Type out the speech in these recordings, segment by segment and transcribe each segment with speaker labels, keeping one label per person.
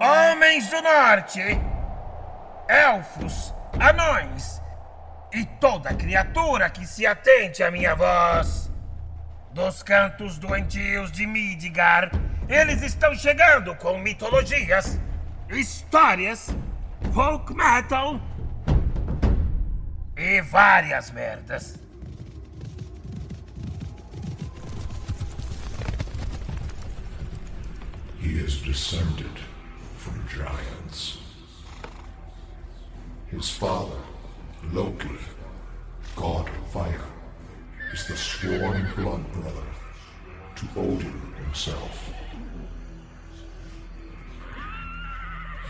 Speaker 1: Homens do Norte, elfos, anões e toda criatura que se atente à minha voz. Dos cantos doentios de Midgar, eles estão chegando com mitologias, histórias, folk metal e várias merdas.
Speaker 2: He is descended from giants. His father, Loki, god of fire, is the sworn blood brother to Odin himself.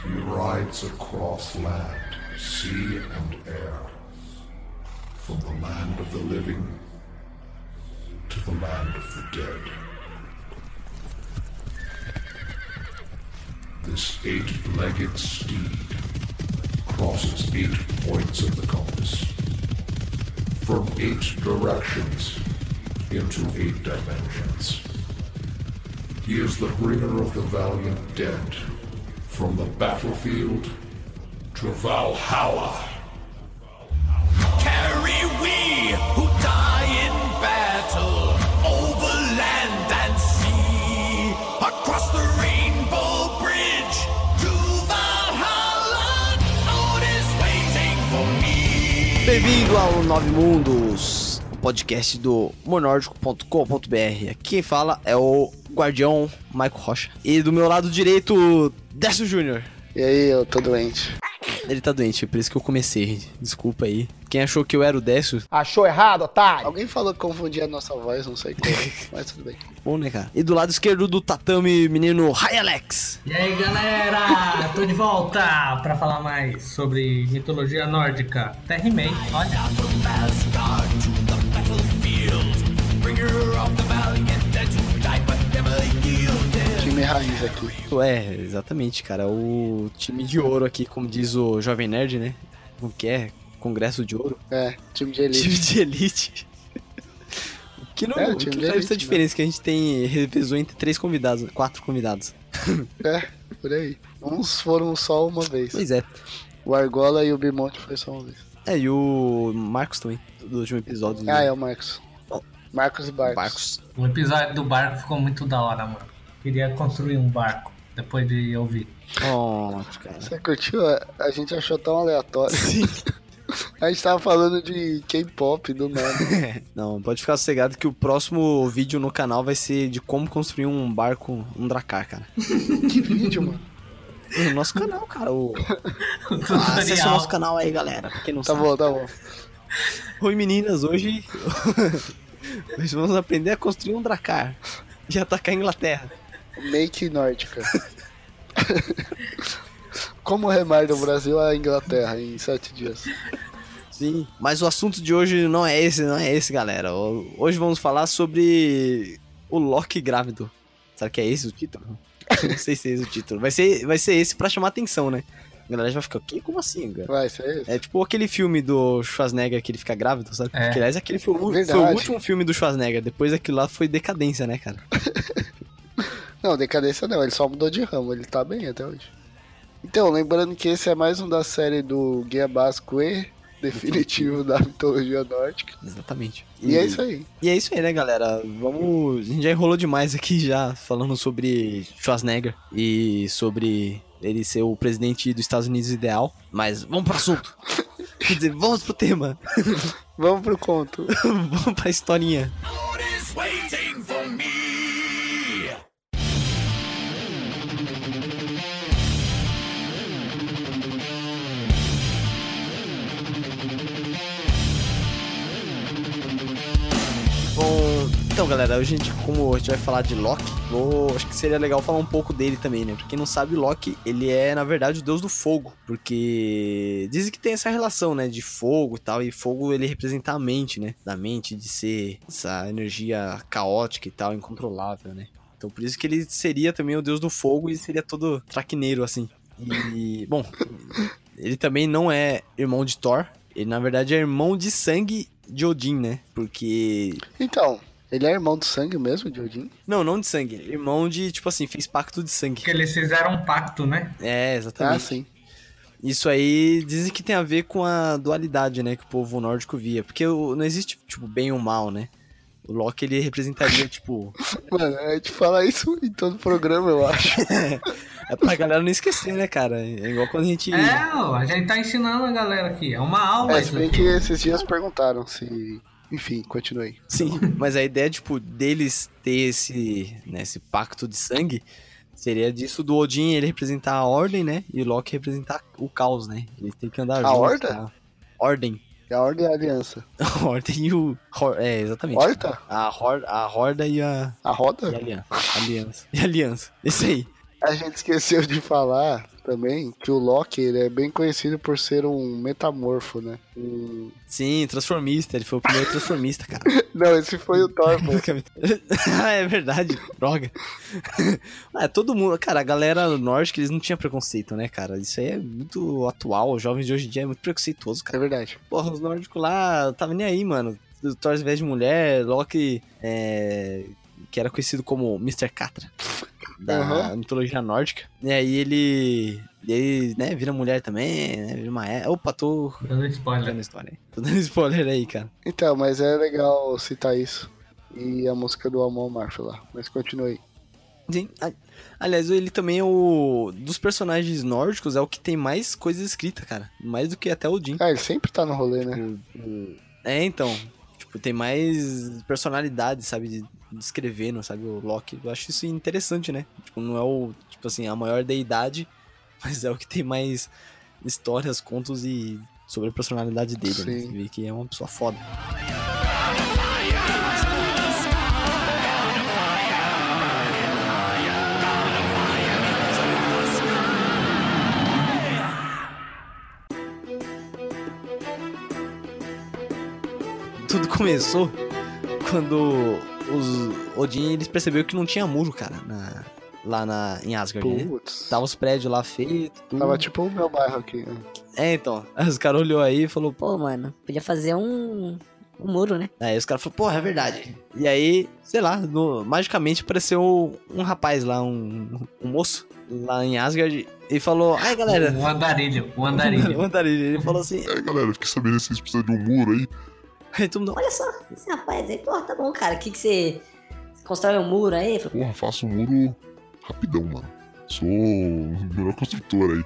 Speaker 2: He rides across land, sea, and air, from the land of the living to the land of the dead. This eight-legged steed crosses eight points of the compass. From eight directions into eight dimensions. He is the bringer of the valiant dead from the battlefield to Valhalla.
Speaker 3: Carry we who die in battle over land and sea across the rainbow bridge to Valhalla. Odin's waiting for me.
Speaker 4: Bem-vindo ao Nove Mundos, o podcast do monórdico.com.br. Aqui quem fala é o guardião Maico Rocha. E do meu lado direito, Décio Júnior.
Speaker 5: E aí, eu tô doente.
Speaker 4: Ele tá doente, é por isso que eu comecei. Desculpa aí. Quem achou que eu era o Décio, Ah,
Speaker 6: Achou errado, otário?
Speaker 5: Alguém falou que confundia a nossa voz, não sei como, mas tudo bem.
Speaker 4: bom, né, cara? E do lado esquerdo do tatame, menino Hi Alex.
Speaker 7: E aí galera, tô de volta pra falar mais sobre mitologia nórdica. Até rimei, olha.
Speaker 3: From Asgard to the battlefield, bringer of the valiant dead who died but never yielded.
Speaker 5: Time raiz aqui.
Speaker 4: É, exatamente, cara. O time de ouro aqui, como diz o Jovem Nerd, né? Como que é? Congresso de ouro.
Speaker 5: É, time de
Speaker 4: Time
Speaker 5: elite.
Speaker 4: de elite. O que não,
Speaker 5: É,
Speaker 4: o
Speaker 5: time
Speaker 4: que
Speaker 5: de
Speaker 4: faz
Speaker 5: elite,
Speaker 4: essa diferença, que a gente tem revezou entre três convidados, né? quatro convidados.
Speaker 5: É, por aí. Uns foram só uma vez.
Speaker 4: Pois é.
Speaker 5: O Argola e o Bimonte foi só uma vez.
Speaker 4: É, e o Marcos também, do último episódio. né?
Speaker 5: Ah, é o Marcos. Marcos e Barcos.
Speaker 4: Marcos.
Speaker 7: O episódio do barco ficou muito da hora, mano. Queria construir um barco depois de ouvir.
Speaker 4: Oh, cara.
Speaker 5: Você curtiu? A gente achou tão aleatório.
Speaker 4: Sim.
Speaker 5: A gente tava falando de K-pop do nada.
Speaker 4: Não, pode ficar sossegado que o próximo vídeo no canal vai ser de como construir um barco, um dracar, cara.
Speaker 5: que vídeo, mano.
Speaker 4: No nosso canal, cara. O...
Speaker 7: O
Speaker 4: Ah, acessa o
Speaker 7: tutorial.
Speaker 4: nosso canal aí, galera. pra Quem não
Speaker 5: Tá
Speaker 4: sabe.
Speaker 5: bom, tá bom.
Speaker 4: Oi, meninas. Hoje... hoje vamos aprender a construir um dracar e atacar a Inglaterra.
Speaker 5: Make Nórdica. Como remar do Brasil à Inglaterra em sete dias.
Speaker 4: Sim, mas o assunto de hoje não é esse, não é esse, galera. O- Hoje vamos falar sobre o Loki grávido. Será que é esse o título? não sei se é esse o título. Vai ser, vai ser esse pra chamar atenção, né? A galera já fica, o quê? Como assim, cara?
Speaker 5: Vai, sério?
Speaker 4: É tipo aquele filme do Schwarzenegger que ele fica grávido, sabe?
Speaker 7: É.
Speaker 4: Que, aliás, aquele foi o, foi
Speaker 5: Verdade.
Speaker 4: o último filme do Schwarzenegger. Depois daquilo lá foi decadência, né, cara?
Speaker 5: Não, decadência não, ele só mudou de ramo, ele tá bem até hoje. Então, lembrando que esse é mais um da série do Guia Basco E, definitivo da mitologia nórdica.
Speaker 4: Exatamente.
Speaker 5: E é isso aí.
Speaker 4: E é isso aí, né, galera? Vamos. A gente já enrolou demais aqui já falando sobre Schwarzenegger e sobre ele ser o presidente dos Estados Unidos ideal. Mas vamos pro assunto. Quer dizer, vamos pro tema.
Speaker 5: Vamos pro conto.
Speaker 4: vamos pra historinha.
Speaker 3: Odin's waiting for me.
Speaker 4: Bom, então, galera, hoje a gente, como a gente vai falar de Loki, vou- acho que seria legal falar um pouco dele também, né? Pra quem não sabe, Loki, ele é, na verdade, o deus do fogo, porque dizem que tem essa relação, né, de fogo e tal, e fogo ele representa a mente, né? Da mente, de ser essa energia caótica e tal, incontrolável, né? Então, por isso que ele seria também o deus do fogo e seria todo traquineiro, assim. E, bom, ele também não é irmão de Thor, ele, na verdade, é irmão de sangue de Odin, né? Porque
Speaker 5: Então, Ele é irmão de sangue mesmo, de Odin?
Speaker 4: Não, não de sangue. Irmão de, tipo assim, fez pacto de sangue.
Speaker 7: Porque eles fizeram um pacto, né?
Speaker 4: É,
Speaker 5: Ah,
Speaker 4: exatamente.
Speaker 5: sim.
Speaker 4: Isso aí dizem que tem a ver com a dualidade, né? Que o povo nórdico via. Porque o- não existe, tipo, bem ou mal, né? O Loki, ele representaria, tipo...
Speaker 5: Mano, a gente fala isso em todo programa, eu acho.
Speaker 4: É pra galera não esquecer, né, cara? É igual quando a gente...
Speaker 7: É, ó, a gente tá ensinando a galera aqui. É uma aula
Speaker 5: É, se
Speaker 7: isso
Speaker 5: bem
Speaker 7: aqui.
Speaker 5: que esses dias perguntaram se. Enfim, continuei.
Speaker 4: Sim, mas a ideia, tipo, deles ter esse, né, esse pacto de sangue seria disso do Odin ele representar a ordem, né? E o Loki representar o caos, né? Ele tem que andar
Speaker 5: A
Speaker 4: junto.
Speaker 5: horda?
Speaker 4: tá? Ordem.
Speaker 5: É a ordem da aliança.
Speaker 4: A ordem e o. hor- É, exatamente.
Speaker 5: Horta?
Speaker 4: A, hor... a horda e a.
Speaker 5: A roda?
Speaker 4: E a aliança. aliança. E a aliança. Isso aí.
Speaker 5: A gente esqueceu de falar também que o Loki ele é bem conhecido por ser um metamorfo, né? Um-
Speaker 4: Sim, transformista. Ele foi o primeiro transformista, cara.
Speaker 5: Não, esse foi o Thor, pô.
Speaker 4: ah, é verdade, droga. ah, todo mundo, cara, a galera nórdica, eles não tinham preconceito, né, cara? Isso aí é muito atual, os jovens de hoje em dia é muito preconceituoso,
Speaker 5: É
Speaker 4: cara.
Speaker 5: verdade.
Speaker 4: Porra, os nórdicos lá, tava nem aí, mano. O Thor vez de mulher, Loki, é, que era conhecido como Mr. Catra, da mitologia nórdica. E aí ele, ele, né, vira mulher também, né, vira uma... é- Opa, tô
Speaker 7: Dando
Speaker 4: dando
Speaker 7: spoiler.
Speaker 4: história aí. Tô dando spoiler aí, cara.
Speaker 5: Então, mas é legal citar isso. E a música do Amon Marf lá. Mas continue.
Speaker 4: Sim. A- Aliás, ele também é o. Dos personagens nórdicos, é o que tem mais coisa escrita, cara. Mais do que até o Jim.
Speaker 5: Ah, ele sempre tá no rolê, né?
Speaker 4: É, então. Tipo, tem mais personalidade, sabe? De, de escrevendo, sabe? O Loki. Eu acho isso interessante, né? Tipo, não é o. Tipo assim, a maior deidade, mas é o que tem mais histórias, contos e. sobre a personalidade dele, né?
Speaker 5: Sim.
Speaker 4: Você vê que é uma pessoa foda. tudo começou quando os Odin eles perceberam que não tinha muro, cara, na- lá na, em Asgard, né?
Speaker 5: Putz.
Speaker 4: Tava os prédios lá feitos, tudo.
Speaker 5: Tava tipo o meu bairro aqui. né?
Speaker 4: É, então. Aí os caras olhou aí e falou, pô.
Speaker 6: Pô, mano, podia fazer um, um muro, né?
Speaker 4: Aí os caras falaram, porra, é verdade. E aí, sei lá, no- magicamente apareceu um rapaz lá, um, um moço lá em Asgard, e falou, ai galera.
Speaker 7: Um andarilho, um
Speaker 4: Um
Speaker 7: andarilho.
Speaker 4: andarilho. Ele falou assim,
Speaker 2: Aí galera, fiquei sabendo se vocês precisam de um muro aí.
Speaker 4: aí todo mundo,
Speaker 6: Olha só, esse rapaz aí, pô, tá bom, cara. O que que você. você Constrói um muro aí? Falei,
Speaker 2: Porra, faço um muro rapidão, mano. Sou um o melhor construtor aí.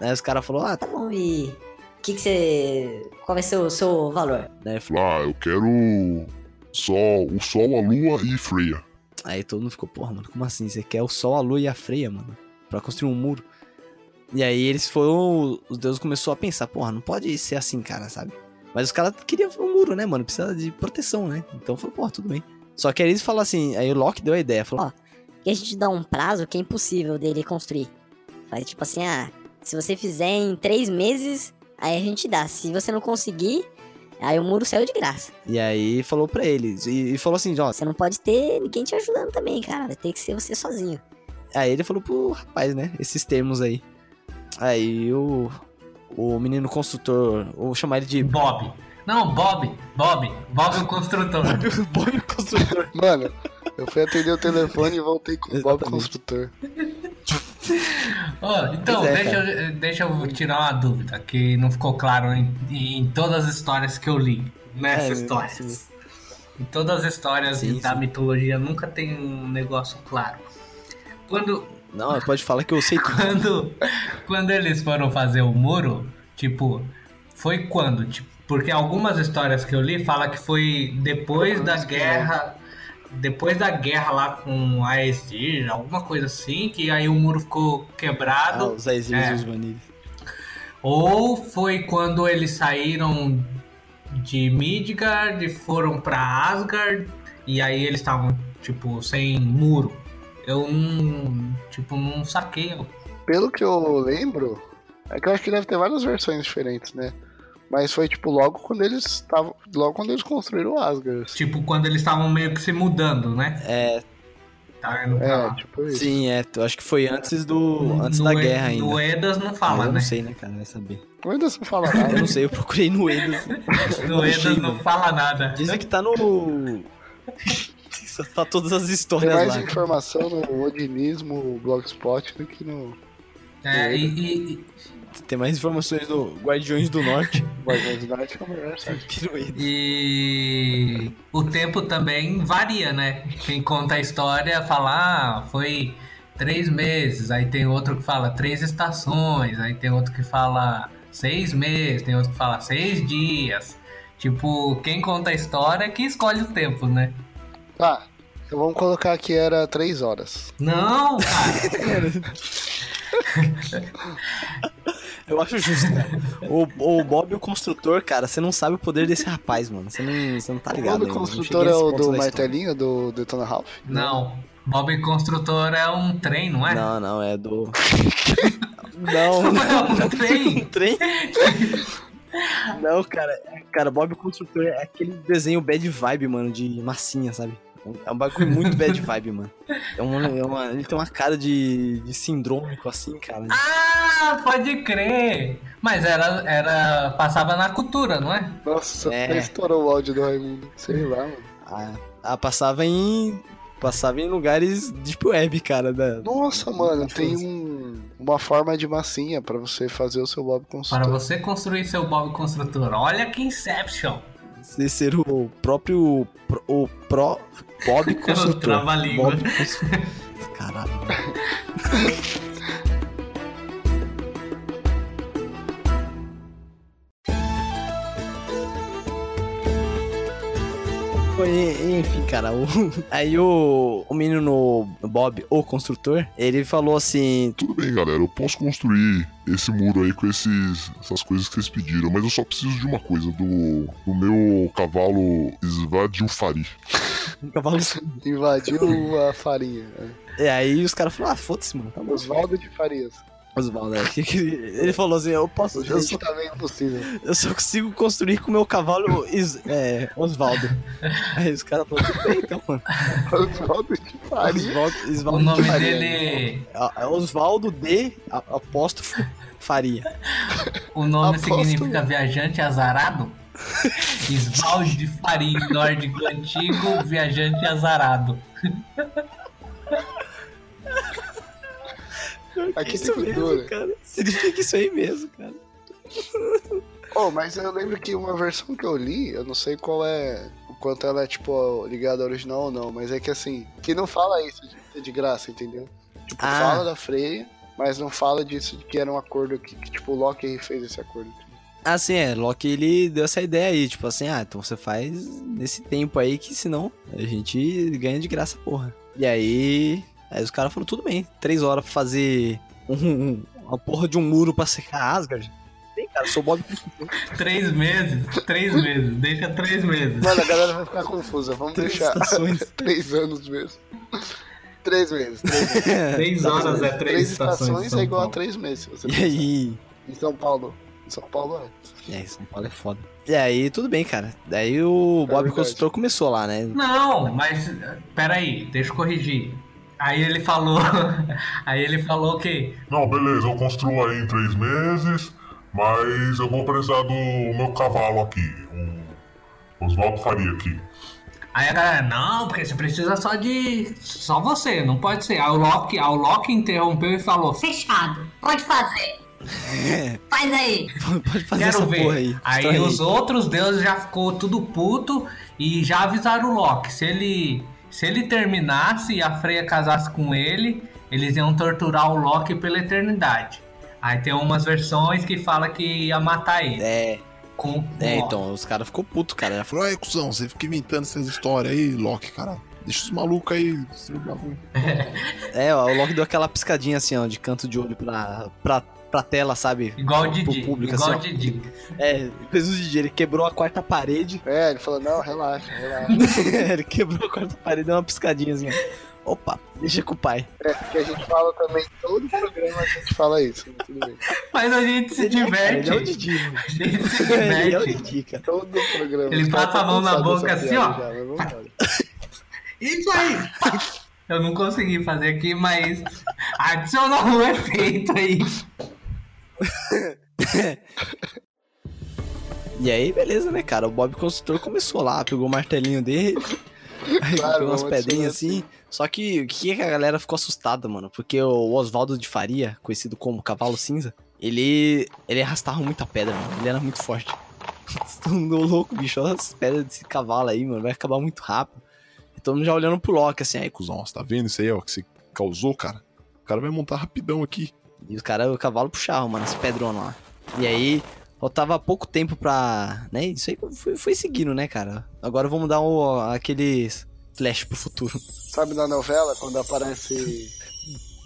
Speaker 4: Aí os caras falaram, ah,
Speaker 6: Tá
Speaker 4: tá.
Speaker 6: bom, e. O que que você. Qual vai ser o seu valor?
Speaker 4: Daí falou,
Speaker 2: Lá, Ah, eu quero sol, o sol, a lua e Freya.
Speaker 4: Aí todo mundo ficou, porra, mano, como assim? Você quer o sol, a lua e a freia, mano? Pra construir um muro. E aí eles foram. Os deuses começou a pensar, porra, não pode ser assim, cara, sabe? Mas os caras queriam um muro, né, mano? Precisa de proteção, né? Então falou, porra, tudo bem. Só que aí eles falaram assim, aí o Loki deu a ideia, falou, ó,
Speaker 6: E a gente dá um prazo que é impossível dele construir. Faz tipo assim, ah, se você fizer em três meses, aí a gente dá. Se você não conseguir, aí o muro saiu de graça.
Speaker 4: "Ah." e aí falou pra eles, e, e falou assim, ó,
Speaker 6: Você não pode ter ninguém te ajudando também, cara. Vai ter que ser você sozinho.
Speaker 4: aí ele falou pro rapaz, né, esses termos aí. Aí o, o menino construtor, eu vou chamar ele de
Speaker 7: Bob. Não, Bob. Bob. Bob é o construtor.
Speaker 4: Bob Construtor.
Speaker 5: Mano, eu fui atender o telefone e voltei com o Bob
Speaker 4: Exatamente.
Speaker 5: Construtor.
Speaker 7: Ó, então,
Speaker 4: Pois é,
Speaker 7: deixa, eu, deixa eu tirar uma dúvida que não ficou claro em, em todas as histórias que eu li. Nessa
Speaker 4: É,
Speaker 7: história.
Speaker 4: sim.
Speaker 7: Em todas as histórias
Speaker 4: Sim,
Speaker 7: da
Speaker 4: sim.
Speaker 7: mitologia nunca tem um negócio claro. Quando,
Speaker 4: Não, pode falar que eu sei tudo.
Speaker 7: quando, quando eles foram fazer o muro, tipo, foi quando? Tipo, porque algumas histórias que eu li fala que foi depois da guerra. Depois da guerra lá com a Exir, alguma coisa assim, que aí o muro ficou
Speaker 4: Ah,
Speaker 7: quebrado.
Speaker 4: os Aesiris
Speaker 7: É.
Speaker 4: e os Vanir.
Speaker 7: Ou foi quando eles saíram de Midgard e foram pra Asgard e aí eles estavam tipo sem muro. Eu não, tipo, não saquei.
Speaker 5: Pelo que eu lembro, é que eu acho que deve ter várias versões diferentes, né? Mas foi tipo logo quando eles estavam. Logo quando eles construíram Asgard. assim.
Speaker 7: Tipo, quando eles estavam meio que se mudando, né?
Speaker 4: É,
Speaker 7: Tá indo pra
Speaker 5: É,
Speaker 7: lá.
Speaker 5: tipo isso.
Speaker 4: Sim, é. Eu acho que foi antes do. Antes
Speaker 7: No
Speaker 4: da
Speaker 7: E-
Speaker 4: guerra
Speaker 7: No
Speaker 4: ainda.
Speaker 7: é Edas não
Speaker 4: eu
Speaker 7: fala,
Speaker 4: não
Speaker 7: né?
Speaker 4: sei, né, cara? Vai saber.
Speaker 5: Como ainda se fala né?
Speaker 4: Eu
Speaker 5: nada?
Speaker 4: não sei, eu procurei no Edo. achei,
Speaker 7: No
Speaker 4: né?
Speaker 7: Edas não
Speaker 4: mano.
Speaker 7: fala nada.
Speaker 4: Dizem que tá no. Só Tá todas as
Speaker 5: Tem
Speaker 4: histórias
Speaker 5: mais
Speaker 4: lá.
Speaker 5: informação no Odinismo Blogspot do que no
Speaker 7: É, e- e- e-
Speaker 4: Tem mais informações do Guardiões do Norte
Speaker 5: Guardiões da Norte, que é o melhor site.
Speaker 4: que no Ida.
Speaker 7: E o tempo também varia, né? Quem conta a história fala, ah, foi três meses, aí tem outro que fala três estações, aí tem outro que fala seis meses, tem outro que fala seis dias. Tipo, quem conta a história é que escolhe o tempo, né?
Speaker 5: Tá, então vamos colocar que era 3 horas.
Speaker 7: Não, cara!
Speaker 4: Eu acho justo, cara. O, o Bob, o construtor, cara, você não sabe o poder desse rapaz, mano. Você não, você não tá
Speaker 5: O
Speaker 4: ligado.
Speaker 5: nome do
Speaker 4: ainda, não cheguei
Speaker 5: construtor é
Speaker 4: nesse
Speaker 5: o
Speaker 4: ponto
Speaker 5: do
Speaker 4: da história.
Speaker 5: martelinho do Detona Ralph?
Speaker 7: não. Bob Construtor é um trem, não é?
Speaker 4: Não, não, é do. não,
Speaker 7: Não
Speaker 4: não.
Speaker 7: é um trem?
Speaker 4: Um trem? não, cara. Cara, Bob o Construtor é aquele desenho bad vibe, mano, de massinha, sabe? É um bagulho muito bad vibe, mano. É uma, é uma- ele tem uma cara de, de sindrômico, assim, cara.
Speaker 7: Ah, pode crer! Mas era, era. passava na cultura, não é?
Speaker 5: Nossa,
Speaker 4: É.
Speaker 5: até estourou o áudio do Raimundo. Sei lá, mano.
Speaker 4: Ah, ah, passava em. Passava em lugares deep web, cara. Da,
Speaker 5: Nossa, mano, tem um, uma forma de massinha pra você fazer o seu Bob
Speaker 7: Para
Speaker 5: Construtor.
Speaker 7: você construir seu Bob Construtor, olha que Inception!
Speaker 4: Você ser o próprio. pro- O pró. Bob Construtor.
Speaker 7: trava-língua.
Speaker 4: Bob Construtor. Caralho. Foi, Enfim, cara, o- aí o, o menino Bob, o construtor, ele falou assim:
Speaker 2: Tudo bem, galera, eu posso construir esse muro aí com esses, essas coisas que vocês pediram, mas eu só preciso de uma coisa, do, do meu cavalo Svadilfari.
Speaker 4: cavalos.
Speaker 5: Invadiu a farinha. é.
Speaker 4: E aí os caras falaram: ah, foda-se, mano, tá bom.
Speaker 5: Oswaldo de Farias.
Speaker 4: Osvaldo, é, que- que- Ele falou assim: eu posso, eu
Speaker 5: Gente,
Speaker 4: sou
Speaker 5: tá meio impossível.
Speaker 4: Eu só consigo construir com o meu cavalo Is- é, Osvaldo. Aí os caras falaram, "Tudo bem, então, mano.
Speaker 5: Oswaldo de Farias.
Speaker 4: Osvaldo,
Speaker 7: O
Speaker 4: Osvaldo
Speaker 7: nome
Speaker 4: de Faria.
Speaker 7: dele.
Speaker 4: Ah, é Osvaldo de a- apóstrofo Faria.
Speaker 7: O nome
Speaker 5: Aposto.
Speaker 7: significa viajante azarado? Svalde de Farim, nórdico antigo, viajante azarado.
Speaker 5: Aqui
Speaker 4: isso
Speaker 5: tem
Speaker 4: mesmo,
Speaker 5: cultura.
Speaker 4: cara. Significa isso aí mesmo, cara.
Speaker 5: Oh, mas eu lembro que uma versão que eu li, eu não sei qual é, o quanto ela é, tipo, ligada ao original ou não, mas é que assim, que não fala isso de, de graça, entendeu? Tipo,
Speaker 4: Ah.
Speaker 5: fala da Freya, mas não fala disso de que era um acordo que, que, tipo, o Loki fez esse acordo.
Speaker 4: Assim, é, Loki ele deu essa ideia aí, tipo assim, ah, então você faz nesse tempo aí que senão a gente ganha de graça, porra. E aí, aí os caras falaram, tudo bem, três horas pra fazer um, um- uma porra de um muro pra secar Asgard. Tem, cara, sou o Bob Construtor.
Speaker 7: Três meses? Três meses, deixa três meses.
Speaker 5: Mano, a galera vai ficar confusa, vamos
Speaker 4: Três
Speaker 5: deixar.
Speaker 4: estações.
Speaker 5: três anos mesmo. três meses. Três, meses.
Speaker 7: Três horas é três,
Speaker 5: Três
Speaker 7: estações. de São
Speaker 5: é igual
Speaker 7: Paulo.
Speaker 5: a três meses. se você
Speaker 4: E
Speaker 5: pensar.
Speaker 4: aí,
Speaker 5: Em São Paulo. Em São Paulo é.
Speaker 4: É, São Paulo é foda. E aí, tudo bem, cara. Daí o Bob
Speaker 5: verdade.
Speaker 4: Construtor começou lá, né?
Speaker 7: Não, mas eh, peraí, deixa eu corrigir. Aí ele falou. Aí ele falou que
Speaker 2: Não, beleza, eu construo aí em três meses, mas eu vou precisar do meu cavalo aqui, o Oswaldo Faria aqui.
Speaker 7: Aí a galera, não, porque você precisa só de. Só você, não pode ser. Aí o Loki, aí o Loki interrompeu e falou:
Speaker 8: Fechado. Pode fazer. Faz aí.
Speaker 4: Pode fazer
Speaker 7: Quero
Speaker 4: essa
Speaker 7: ver.
Speaker 4: porra aí. Então é
Speaker 7: aí
Speaker 4: Destrói
Speaker 7: os outros deuses já ficou tudo puto e já avisaram o Loki. Se ele, se ele terminasse e a Freya casasse com ele, eles iam torturar o Loki pela eternidade. Aí tem umas versões que fala que ia matar ele.
Speaker 4: É,
Speaker 7: Com o
Speaker 4: é,
Speaker 7: Loki.
Speaker 4: então, os caras ficou puto, cara. Já falou,
Speaker 9: Falou, ai, cuzão, você fica inventando essas histórias aí, Loki, cara. Deixa os malucos aí. destruir o bagulho."
Speaker 4: é, ó, o Loki deu aquela piscadinha assim, ó, de canto de olho pra, pra, pra tela, sabe?
Speaker 7: Igual
Speaker 4: Pro
Speaker 7: o Didi.
Speaker 4: público,
Speaker 7: igual o
Speaker 4: assim, ó.
Speaker 7: Didi.
Speaker 4: É, fez o DJ, ele quebrou a quarta parede.
Speaker 5: É, ele falou, não, relaxa, relaxa.
Speaker 4: ele quebrou a quarta parede, deu uma piscadinha assim, ó. Opa, deixa com o pai.
Speaker 5: É, porque a gente fala também, todo programa a gente fala isso, mas tudo bem.
Speaker 7: Mas a gente se
Speaker 4: Ele é, cara,
Speaker 7: diverte.
Speaker 4: Ele é o Didi, mano.
Speaker 7: A gente se
Speaker 4: Ele é o
Speaker 7: diverte.
Speaker 4: Didi, cara.
Speaker 5: Todo programa.
Speaker 7: Ele
Speaker 5: Os caras
Speaker 7: passa a
Speaker 5: tão
Speaker 7: mão na
Speaker 5: cansados
Speaker 7: boca
Speaker 5: dessa
Speaker 7: assim,
Speaker 5: piada
Speaker 7: ó.
Speaker 5: já, mas vamos lá.
Speaker 7: Isso aí! Eu não consegui fazer aqui, mas adiciona um efeito aí.
Speaker 4: E aí, beleza, né, cara? O Bob Construtor começou lá, pegou o martelinho dele, Aí
Speaker 5: Claro,
Speaker 4: comprei umas
Speaker 5: vamos
Speaker 4: pedrinhas assim. Só que o que é que a galera ficou assustada, mano? Porque o Oswaldo de Faria, conhecido como Cavalo Cinza, ele. ele arrastava muita pedra, mano. Ele era muito forte. Todo mundo louco, bicho. Olha as pedras desse cavalo aí, mano. Vai acabar muito rápido. E todo mundo já olhando pro Loki, assim, aí, cuzão.
Speaker 9: Cusão, você tá vendo isso aí, ó, que você causou, cara? O cara vai montar rapidão aqui.
Speaker 4: E os caras, o cavalo puxava, mano, as pedronas lá. E aí, faltava pouco tempo pra. né? Isso aí foi, foi seguindo, né, cara? Agora vamos dar o, aqueles flash pro futuro.
Speaker 5: Sabe na novela, quando aparece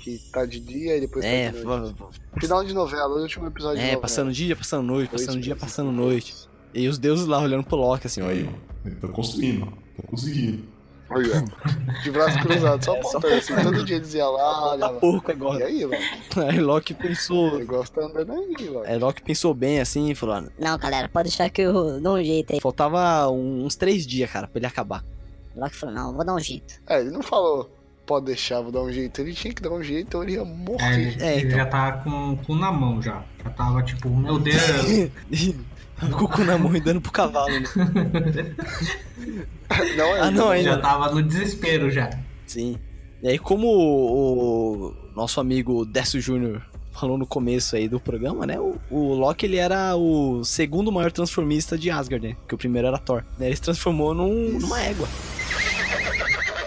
Speaker 5: que tá de dia e depois
Speaker 4: É,
Speaker 5: tá de noite?
Speaker 4: fa-
Speaker 5: Final de novela, o último episódio de
Speaker 4: É,
Speaker 5: novela.
Speaker 4: passando dia, passando noite, né?
Speaker 5: Dois
Speaker 4: passando dia,
Speaker 5: meses
Speaker 4: passando
Speaker 5: depois.
Speaker 4: noite. E os deuses lá olhando pro Loki, assim, ó.
Speaker 2: Aí, ó. Ele tá construindo, tá conseguindo.
Speaker 5: Aí, ó. De braço cruzado, só apontando assim. Todo dia dizia lá, olha
Speaker 4: Tá
Speaker 5: lá.
Speaker 4: porco
Speaker 5: E
Speaker 4: agora.
Speaker 5: aí, Loki?
Speaker 4: Aí Loki pensou.
Speaker 5: Você gosta andando aí, Loki.
Speaker 4: Aí Loki pensou bem assim, falando.
Speaker 6: Não, galera, pode deixar que eu dou um jeito aí.
Speaker 4: Faltava um- uns três dias, cara, pra ele acabar.
Speaker 6: O Loki falou, não, eu vou dar um jeito.
Speaker 5: É, ele não falou, pode deixar, vou dar um jeito. Ele tinha que dar um jeito, então ele ia
Speaker 7: É,
Speaker 5: morrer.
Speaker 7: ele,
Speaker 4: É,
Speaker 7: ele
Speaker 4: então.
Speaker 7: já tava com o cu na mão já. Já tava tipo, meu Deus.
Speaker 4: Com o cu na mão e dando pro cavalo, né?
Speaker 5: Não é
Speaker 4: Ah, não, ainda.
Speaker 7: já tava no desespero já.
Speaker 4: Sim. E aí, como o, o nosso amigo Décio Júnior falou no começo aí do programa, né? O, o Loki, ele era o segundo maior transformista de Asgard, né? Porque o primeiro era Thor. Né, Ele se transformou num- numa égua.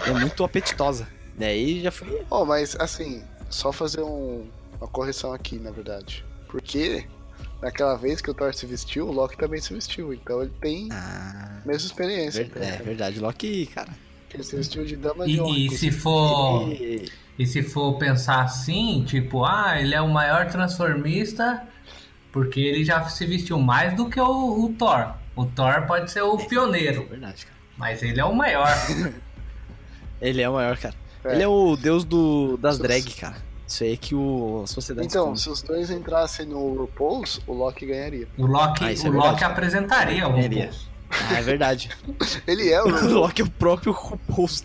Speaker 4: É muito apetitosa. Daí já foi...
Speaker 5: Ó, mas assim, só fazer um- uma correção aqui, na verdade. Porque naquela vez que o Thor se vestiu, o Loki também se vestiu. Então ele tem a
Speaker 4: Ah...
Speaker 5: mesma experiência.
Speaker 4: É
Speaker 5: entendeu?
Speaker 4: verdade, Loki, cara.
Speaker 5: Ele se vestiu de dama
Speaker 7: E,
Speaker 5: de honra.
Speaker 7: e se
Speaker 5: inclusive.
Speaker 7: for.
Speaker 4: Ele-
Speaker 7: E se for pensar assim, tipo, ah, ele é o maior transformista porque ele já se vestiu mais do que o, o Thor. O Thor pode ser o
Speaker 4: É
Speaker 7: pioneiro,
Speaker 4: verdade, cara.
Speaker 7: mas ele é o maior.
Speaker 4: Ele é o maior, cara.
Speaker 5: É.
Speaker 4: Ele é o deus do, das drag, cara. Isso aí é que o, a sociedade
Speaker 5: Então,
Speaker 4: esconde.
Speaker 5: se os dois entrassem no RuPaul's, o Loki ganharia.
Speaker 7: O Loki,
Speaker 4: Ah, isso
Speaker 7: o
Speaker 4: é
Speaker 7: Loki
Speaker 4: verdade.
Speaker 7: apresentaria o
Speaker 4: Ganharia.
Speaker 5: um
Speaker 7: RuPaul.
Speaker 4: Ah, é verdade.
Speaker 5: Ele é o
Speaker 4: O Loki é o próprio RuPaul's.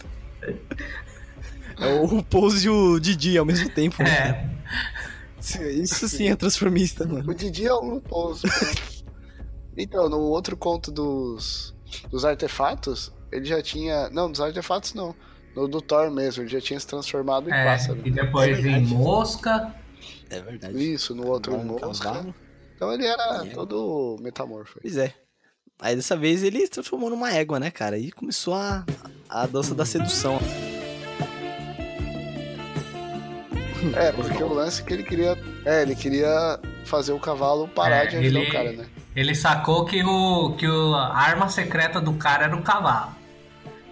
Speaker 4: É o RuPaul's e o Didi ao mesmo tempo. né?
Speaker 7: É,
Speaker 4: Isso sim é transformista, mano.
Speaker 5: O Didi é o RuPaul's. né? então, no outro conto dos, dos artefatos, ele já tinha. Não, dos artefatos não. No do Thor mesmo, ele já tinha se transformado em
Speaker 7: é.
Speaker 5: pássaro.
Speaker 7: E depois
Speaker 4: É
Speaker 7: em
Speaker 4: verdade.
Speaker 7: mosca.
Speaker 4: É verdade.
Speaker 5: Isso, no outro
Speaker 4: um
Speaker 5: mosca. Então ele
Speaker 7: É.
Speaker 5: era todo metamorfo.
Speaker 4: Pois é. Aí dessa vez ele se transformou numa égua, né, cara? E começou a, a dança da sedução.
Speaker 7: Hum,
Speaker 5: É, porque o lance é que ele queria. É, ele queria fazer o cavalo parar
Speaker 7: É,
Speaker 5: de ajudar
Speaker 7: ele-
Speaker 5: o cara, né?
Speaker 7: Ele sacou que, o, que o, a arma secreta do cara era o cavalo.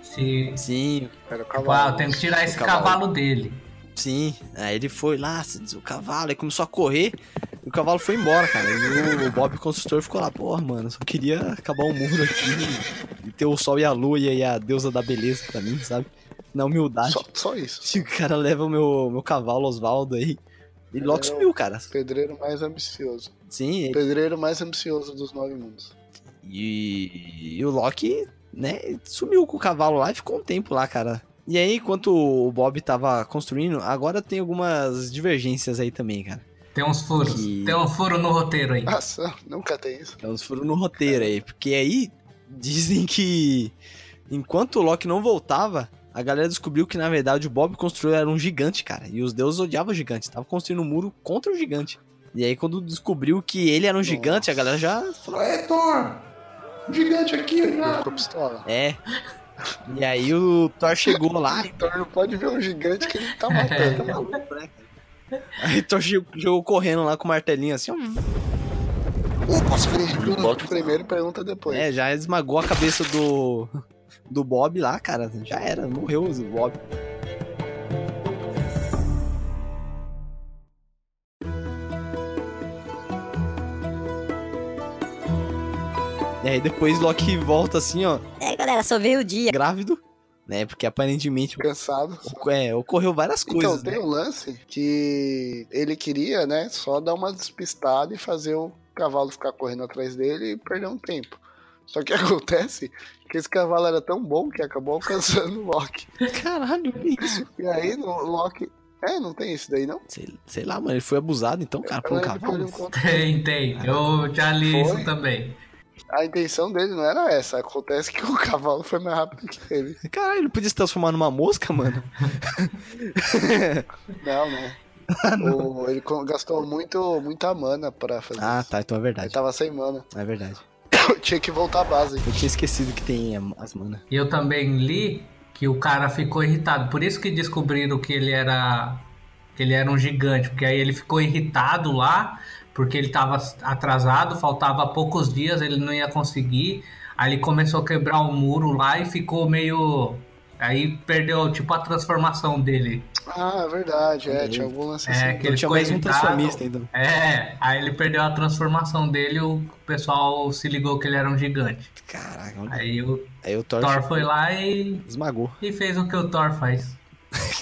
Speaker 7: Se.
Speaker 4: Sim,
Speaker 5: Era o
Speaker 7: Tipo,
Speaker 5: cavalo.
Speaker 7: ah, eu tenho que tirar esse
Speaker 4: cavalo.
Speaker 7: cavalo dele.
Speaker 4: sim. Aí ele foi lá, seduziu o cavalo, aí começou a correr. E o cavalo foi embora, cara. E o Bob Construtor ficou lá, porra, mano, só queria acabar o mundo aqui e ter o sol e a lua e a deusa da beleza pra mim, sabe? Na humildade.
Speaker 5: Só, só isso.
Speaker 4: Se o cara leva o meu, meu cavalo Osvaldo aí. E Loki sumiu, cara.
Speaker 5: Pedreiro mais ambicioso.
Speaker 4: Sim,
Speaker 7: É.
Speaker 4: ele-
Speaker 5: Pedreiro mais ambicioso dos nove mundos.
Speaker 4: e, e o Loki, né, sumiu com o cavalo lá e ficou um tempo lá, cara. E aí, enquanto o Bob tava construindo, agora tem algumas divergências aí também, cara.
Speaker 7: Tem uns furos.
Speaker 4: Que-
Speaker 7: Tem um furo no roteiro aí.
Speaker 5: Nossa, nunca tem isso.
Speaker 4: Então, eles foram no roteiro aí, porque aí dizem que enquanto o Loki não voltava, a galera descobriu que na verdade o Bob construiu era um gigante, cara. E os deuses odiavam o gigante, tava construindo um muro contra o gigante. E aí quando descobriu que ele era um gigante, a galera já falou,
Speaker 2: É, Thor! Um gigante aqui,
Speaker 5: Ele
Speaker 2: já!
Speaker 5: ficou pistola.
Speaker 4: é. E aí o Thor chegou lá,
Speaker 5: O Thor não pode ver um gigante que ele tá matando.
Speaker 4: Tá maluco, né, cara? Aí o Thor chegou, chegou correndo lá com o martelinho assim, ó,
Speaker 5: Pergunta primeiro, pergunta depois.
Speaker 4: né, já esmagou a cabeça do do Bob lá, cara, já era, morreu o Bob. E aí depois Loki volta assim, ó,
Speaker 6: É, galera, só veio o dia.
Speaker 4: grávido, né? Porque aparentemente
Speaker 5: Cansado.
Speaker 4: é, ocorreu várias coisas,
Speaker 5: então,
Speaker 4: né?
Speaker 5: tem um lance que ele queria, né, só dar uma despistada e fazer o cavalo ficar correndo atrás dele e perder um tempo. Só que acontece que esse cavalo era tão bom que acabou alcançando o Loki.
Speaker 4: Caralho, que isso?
Speaker 5: E aí no o Loki. É, não tem isso daí, não?
Speaker 4: Sei, sei lá, mano, ele foi abusado então, cara, por um
Speaker 5: Eu lembro que eu li
Speaker 4: cavalo.
Speaker 5: um conto-
Speaker 7: Tem, tem. Eu já li
Speaker 5: Foi?
Speaker 7: isso também.
Speaker 5: A intenção dele não era essa. Acontece que o cavalo foi mais rápido que ele.
Speaker 4: Caralho, ele podia se transformar numa mosca, mano.
Speaker 5: Não, né? O- ele co- gastou muito, muita mana pra fazer
Speaker 4: ah,
Speaker 5: isso.
Speaker 4: tá, então é
Speaker 5: Ele
Speaker 4: verdade.
Speaker 5: tava sem mana.
Speaker 4: É verdade.
Speaker 5: Tinha que voltar à base.
Speaker 4: Eu tinha esquecido que tem a- as mana.
Speaker 7: E eu também li que o cara ficou irritado. Por isso que descobriram que ele era que ele era um gigante, porque aí ele ficou irritado lá, porque ele estava atrasado, faltava poucos dias, ele não ia conseguir. Aí ele começou a quebrar o muro lá e ficou meio aí perdeu tipo a transformação dele.
Speaker 5: Ah, é verdade. É,
Speaker 4: Olha aí.
Speaker 5: tinha algum lance
Speaker 7: É,
Speaker 5: assim.
Speaker 7: que
Speaker 4: Então tinha
Speaker 7: ele ficou
Speaker 4: mais um
Speaker 7: irritado.
Speaker 4: transformista ainda.
Speaker 7: É, aí ele perdeu a transformação dele, o pessoal se ligou que ele era um gigante.
Speaker 4: Caraca, olha.
Speaker 7: Aí o
Speaker 4: aí o Thor,
Speaker 7: Thor foi lá e
Speaker 4: esmagou.
Speaker 7: E fez o que o Thor faz.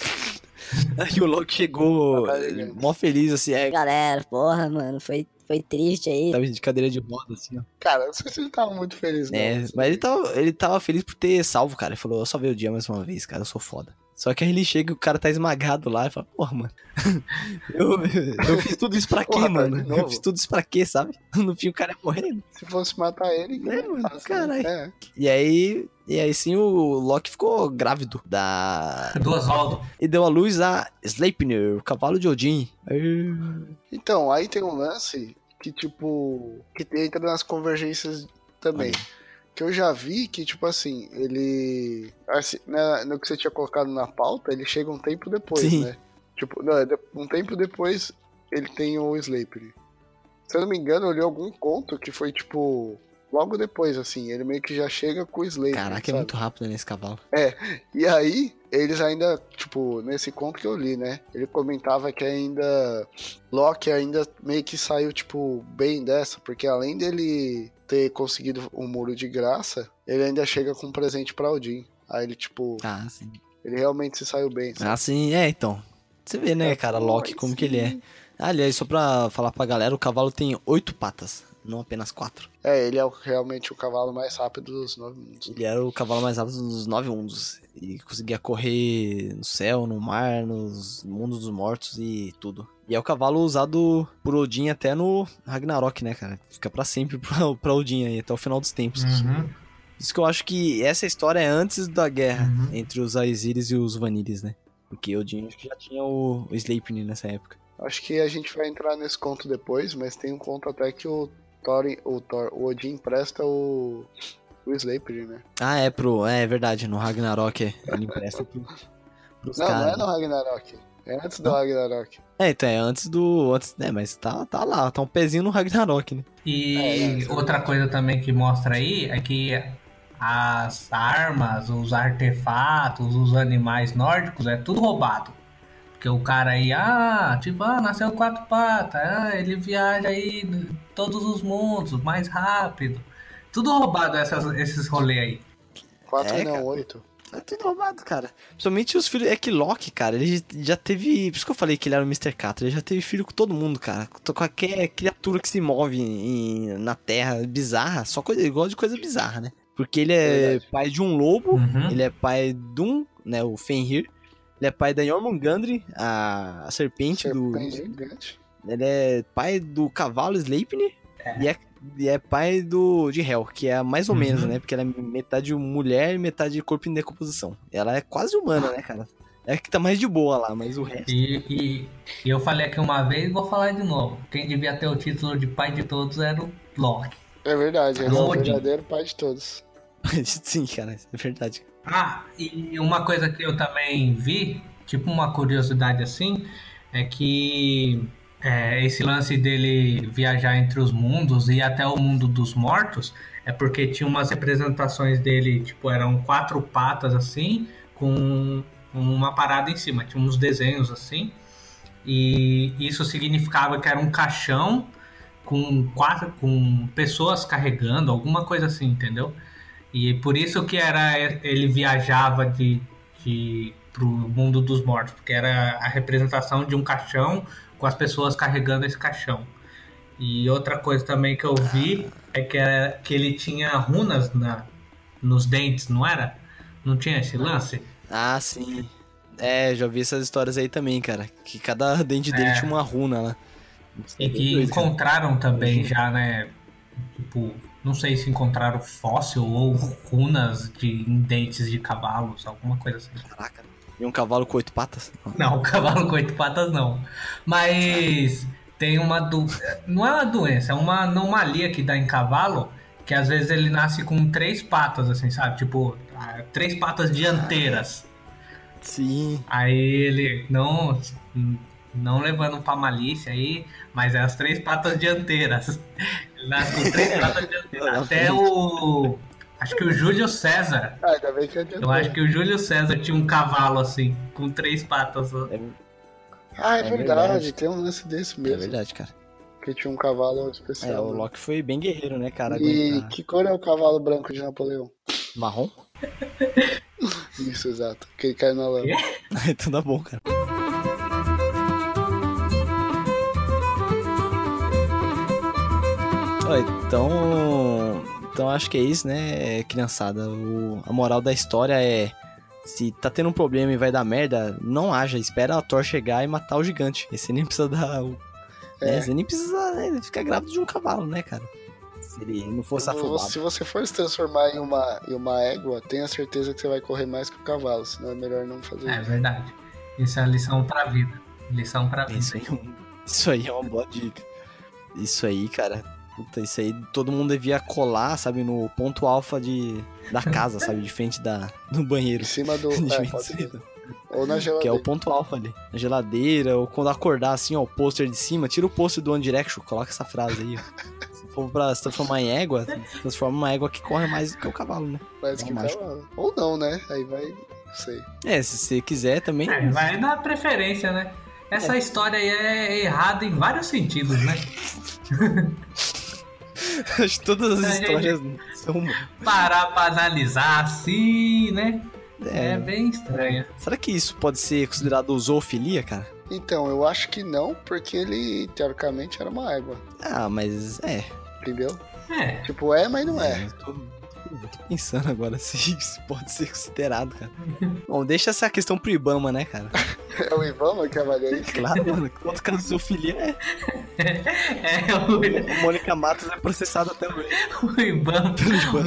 Speaker 4: Aí o Loki chegou
Speaker 5: Maravilha.
Speaker 4: eh, mó feliz, assim, é,
Speaker 6: Galera, porra, mano, foi, foi triste aí.
Speaker 4: tava de cadeira de roda, assim, ó.
Speaker 5: Cara, eu não sei se ele tava muito feliz, não.
Speaker 4: É, mas ele tava, ele tava feliz por ter salvo, cara. Ele falou, eu salvei o dia mais uma vez, cara, eu sou foda. Só que aí ele chega e o cara tá esmagado lá e fala, porra, mano, eu, eu fiz tudo isso pra quê,
Speaker 5: Porra,
Speaker 4: mano?
Speaker 5: de novo?
Speaker 4: Eu fiz tudo isso pra quê, sabe? No fim o cara é ia morrer,
Speaker 5: Se fosse matar ele,
Speaker 4: né, mano?
Speaker 5: fácil,
Speaker 4: Caralho.
Speaker 5: né?
Speaker 4: E aí, e aí sim o Loki ficou grávido da...
Speaker 7: Do Oswaldo.
Speaker 4: E deu à luz a Sleipnir, o cavalo de Odin. Aí-
Speaker 5: Então, aí tem um lance que, tipo, que entra nas convergências também. Que eu já vi que, tipo assim, ele. assim, na- no que você tinha colocado na pauta, ele chega um tempo depois,
Speaker 4: Sim.
Speaker 5: né? Tipo, não, é de- um tempo depois ele tem o Slapery. Se eu não me engano, eu li algum conto que foi, tipo, logo depois, assim. Ele meio que já chega com o Slapery.
Speaker 4: Caraca, é
Speaker 5: sabe?
Speaker 4: muito rápido nesse cavalo.
Speaker 5: E aí, eles ainda, tipo, nesse conto que eu li, né? Ele comentava que ainda. Loki ainda meio que saiu, tipo, bem dessa, porque além dele ter conseguido o muro de graça, ele ainda chega com um presente pra Odin. Aí ele, tipo,
Speaker 4: Ah, sim.
Speaker 5: ele realmente se saiu bem. sabe?
Speaker 4: Ah, sim, é, então. Você vê, né, cara, Loki, como que ele é. Aliás, só pra falar pra galera, o cavalo tem oito patas, não apenas quatro.
Speaker 5: É, ele é o- realmente o cavalo mais rápido dos nove mundos.
Speaker 4: Ele era o cavalo mais rápido dos nove mundos. E conseguia correr no céu, no mar, nos mundos dos mortos e tudo. E é o cavalo usado por Odin até no Ragnarok, né, cara? Fica pra sempre pra, pra Odin aí, até o final dos tempos.
Speaker 7: Uhum.
Speaker 4: Isso que eu acho que essa história é antes da guerra
Speaker 7: Uhum.
Speaker 4: entre os Aesiris e os Vaniris, né? Porque Odin acho que já tinha o, o Sleipnir nessa época.
Speaker 5: Acho que a gente vai entrar nesse conto depois, mas tem um conto até que o Thor, o, Thor, o Odin empresta o, o Slapery, né?
Speaker 4: Ah, é pro. É, é verdade, no Ragnarok é, ele empresta pro, pros
Speaker 5: Não,
Speaker 4: caras.
Speaker 5: não é no Ragnarok. É antes do Ragnarok.
Speaker 4: É, então é antes do. Antes, né? Mas tá, tá lá, tá um pezinho no Ragnarok, né?
Speaker 7: E outra coisa também que mostra aí é que as armas, os artefatos, os animais nórdicos é tudo roubado. Porque o cara aí, ah, tipo, ah, nasceu quatro patas, ah, ele viaja aí em todos os mundos, mais rápido. Tudo roubado essas, esses rolês aí.
Speaker 5: 4
Speaker 4: É, cara.
Speaker 5: não, 8.
Speaker 4: É tudo roubado, cara. Principalmente os filhos. É que Loki, cara, ele já teve. Por isso que eu falei que ele era o Mr. Catra. Ele já teve filho com todo mundo, cara. Com qualquer criatura que se move em- na terra bizarra. Só coisa. Ele gosta de coisa bizarra, né? Porque ele é
Speaker 5: Verdade.
Speaker 4: pai de um lobo.
Speaker 7: Uhum.
Speaker 4: Ele é pai de um, né? O Fenrir. Ele é pai da Jormungandr, a, a serpente,
Speaker 5: Serpente
Speaker 4: do.
Speaker 5: gigante.
Speaker 4: Ele é pai do cavalo Sleipnir. E, é, e é pai do de Hel, que é mais ou
Speaker 7: Uhum.
Speaker 4: menos, né? Porque ela é metade mulher e metade corpo em decomposição. Ela é quase humana, né, cara? É que tá mais de boa lá, mas o resto.
Speaker 7: E, e- e eu falei aqui uma vez e vou falar de novo. Quem devia ter o título de pai de todos era o Loki.
Speaker 5: É verdade, ele é o
Speaker 7: Odin.
Speaker 5: verdadeiro pai de todos.
Speaker 4: Sim, cara, é verdade.
Speaker 7: Ah, e uma coisa que eu também vi, tipo uma curiosidade assim, é que é, esse lance dele viajar entre os mundos e até o mundo dos mortos é porque tinha umas representações dele, tipo, eram quatro patas assim, com uma parada em cima, tinha uns desenhos assim, e isso significava que era um caixão com quatro, com pessoas carregando, alguma coisa assim, entendeu? E por isso que era ele viajava de, de pro mundo dos mortos, porque era a representação de um caixão com as pessoas carregando esse caixão. E outra coisa também que eu vi é que, era, que ele tinha runas na, nos dentes, não era? Não tinha esse lance?
Speaker 4: Ah, sim. É, já vi essas histórias aí também, cara. Que cada dente dele
Speaker 7: É.
Speaker 4: tinha uma runa lá.
Speaker 7: E que
Speaker 4: Dois, cara.
Speaker 7: encontraram também já, né? Tipo, Não sei se encontraram fóssil ou runas de em dentes de cavalos, alguma coisa assim.
Speaker 4: Caraca. E um cavalo com oito patas?
Speaker 7: Não, o cavalo com oito patas não. Mas tem uma do... não é uma doença, é uma anomalia que dá em cavalo, que às vezes ele nasce com três patas assim, sabe? Tipo, ah, três patas dianteiras.
Speaker 4: Sim.
Speaker 7: Aí ele não não levando pra malícia aí, mas é as três patas dianteiras. Ele nasce com três patas dianteiras. Até o acho que o Júlio César
Speaker 5: Ah, ainda bem que eu adiantei.
Speaker 7: eu acho que o Júlio César tinha um cavalo assim, com três patas.
Speaker 5: Ah, é,
Speaker 4: É
Speaker 5: verdade,
Speaker 4: verdade.
Speaker 5: tem um lance desse
Speaker 4: É
Speaker 5: mesmo.
Speaker 4: verdade, cara.
Speaker 5: que tinha um cavalo
Speaker 4: É, o
Speaker 5: especial.
Speaker 4: Loki foi bem guerreiro, né, cara?
Speaker 5: e
Speaker 4: Aguentar.
Speaker 5: que cor é o cavalo branco de Napoleão?
Speaker 4: Marrom?
Speaker 5: Isso, exato. Que cai na lama.
Speaker 4: então dá bom, cara. Ó, Então, então acho que é isso, né, criançada? O- a moral da história é: se tá tendo um problema e vai dar merda, não haja, espera a Thor chegar e matar o gigante. Aí você nem precisa dar. O, né,
Speaker 5: É.
Speaker 4: você nem precisa né, ficar grávido de um cavalo, né, cara? Se ele não fosse afobado.
Speaker 5: Se você for se transformar em uma, em uma égua, tenha certeza que você vai correr mais que o cavalo, senão é melhor não fazer
Speaker 7: É
Speaker 5: isso.
Speaker 7: verdade. Isso é lição pra vida. Lição pra
Speaker 4: É
Speaker 7: vida.
Speaker 4: Isso aí, é um- isso aí é uma boa dica. Isso aí, cara. Puta, isso aí todo mundo devia colar, sabe, no ponto alfa de, da casa, sabe, de frente da, do banheiro.
Speaker 5: Em cima do.
Speaker 4: De
Speaker 5: É, pode ser.
Speaker 4: medicina,
Speaker 5: Ou na
Speaker 4: que é o
Speaker 5: geladeira.
Speaker 4: ponto alfa ali. Na geladeira, ou quando acordar assim, ó, o pôster de cima, tira o pôster do One Direction, coloca essa frase aí, ó. Se for pra se transformar em égua, se transforma em uma égua que corre mais do que o cavalo, né?
Speaker 5: mais que
Speaker 4: é mágico.
Speaker 5: cavalo. Ou não, né? Aí vai. Não sei.
Speaker 4: É, se você quiser também.
Speaker 7: É, vai na preferência, né? Essa história aí é errada em vários sentidos, né?
Speaker 4: Acho que todas
Speaker 7: É,
Speaker 4: as
Speaker 7: gente.
Speaker 4: histórias são.
Speaker 7: Parar pra analisar assim, né? É,
Speaker 4: É.
Speaker 7: bem estranha.
Speaker 4: Será que isso pode ser considerado zoofilia, cara?
Speaker 5: Então, eu acho que não, porque ele, teoricamente, era uma égua.
Speaker 4: Ah, mas é. né,
Speaker 5: Entendeu?
Speaker 7: É,
Speaker 5: Tipo, é, mas não é.
Speaker 4: Eu tô, eu tô pensando agora se isso pode ser considerado, cara. Bom, deixa essa questão pro Ibama, né, cara?
Speaker 5: É o Ibama que avalia isso.
Speaker 4: Claro, mano. Quanto caso de zoofilia é.
Speaker 7: é o,
Speaker 4: A Mônica Matos é processada até hoje.
Speaker 7: o Ibama,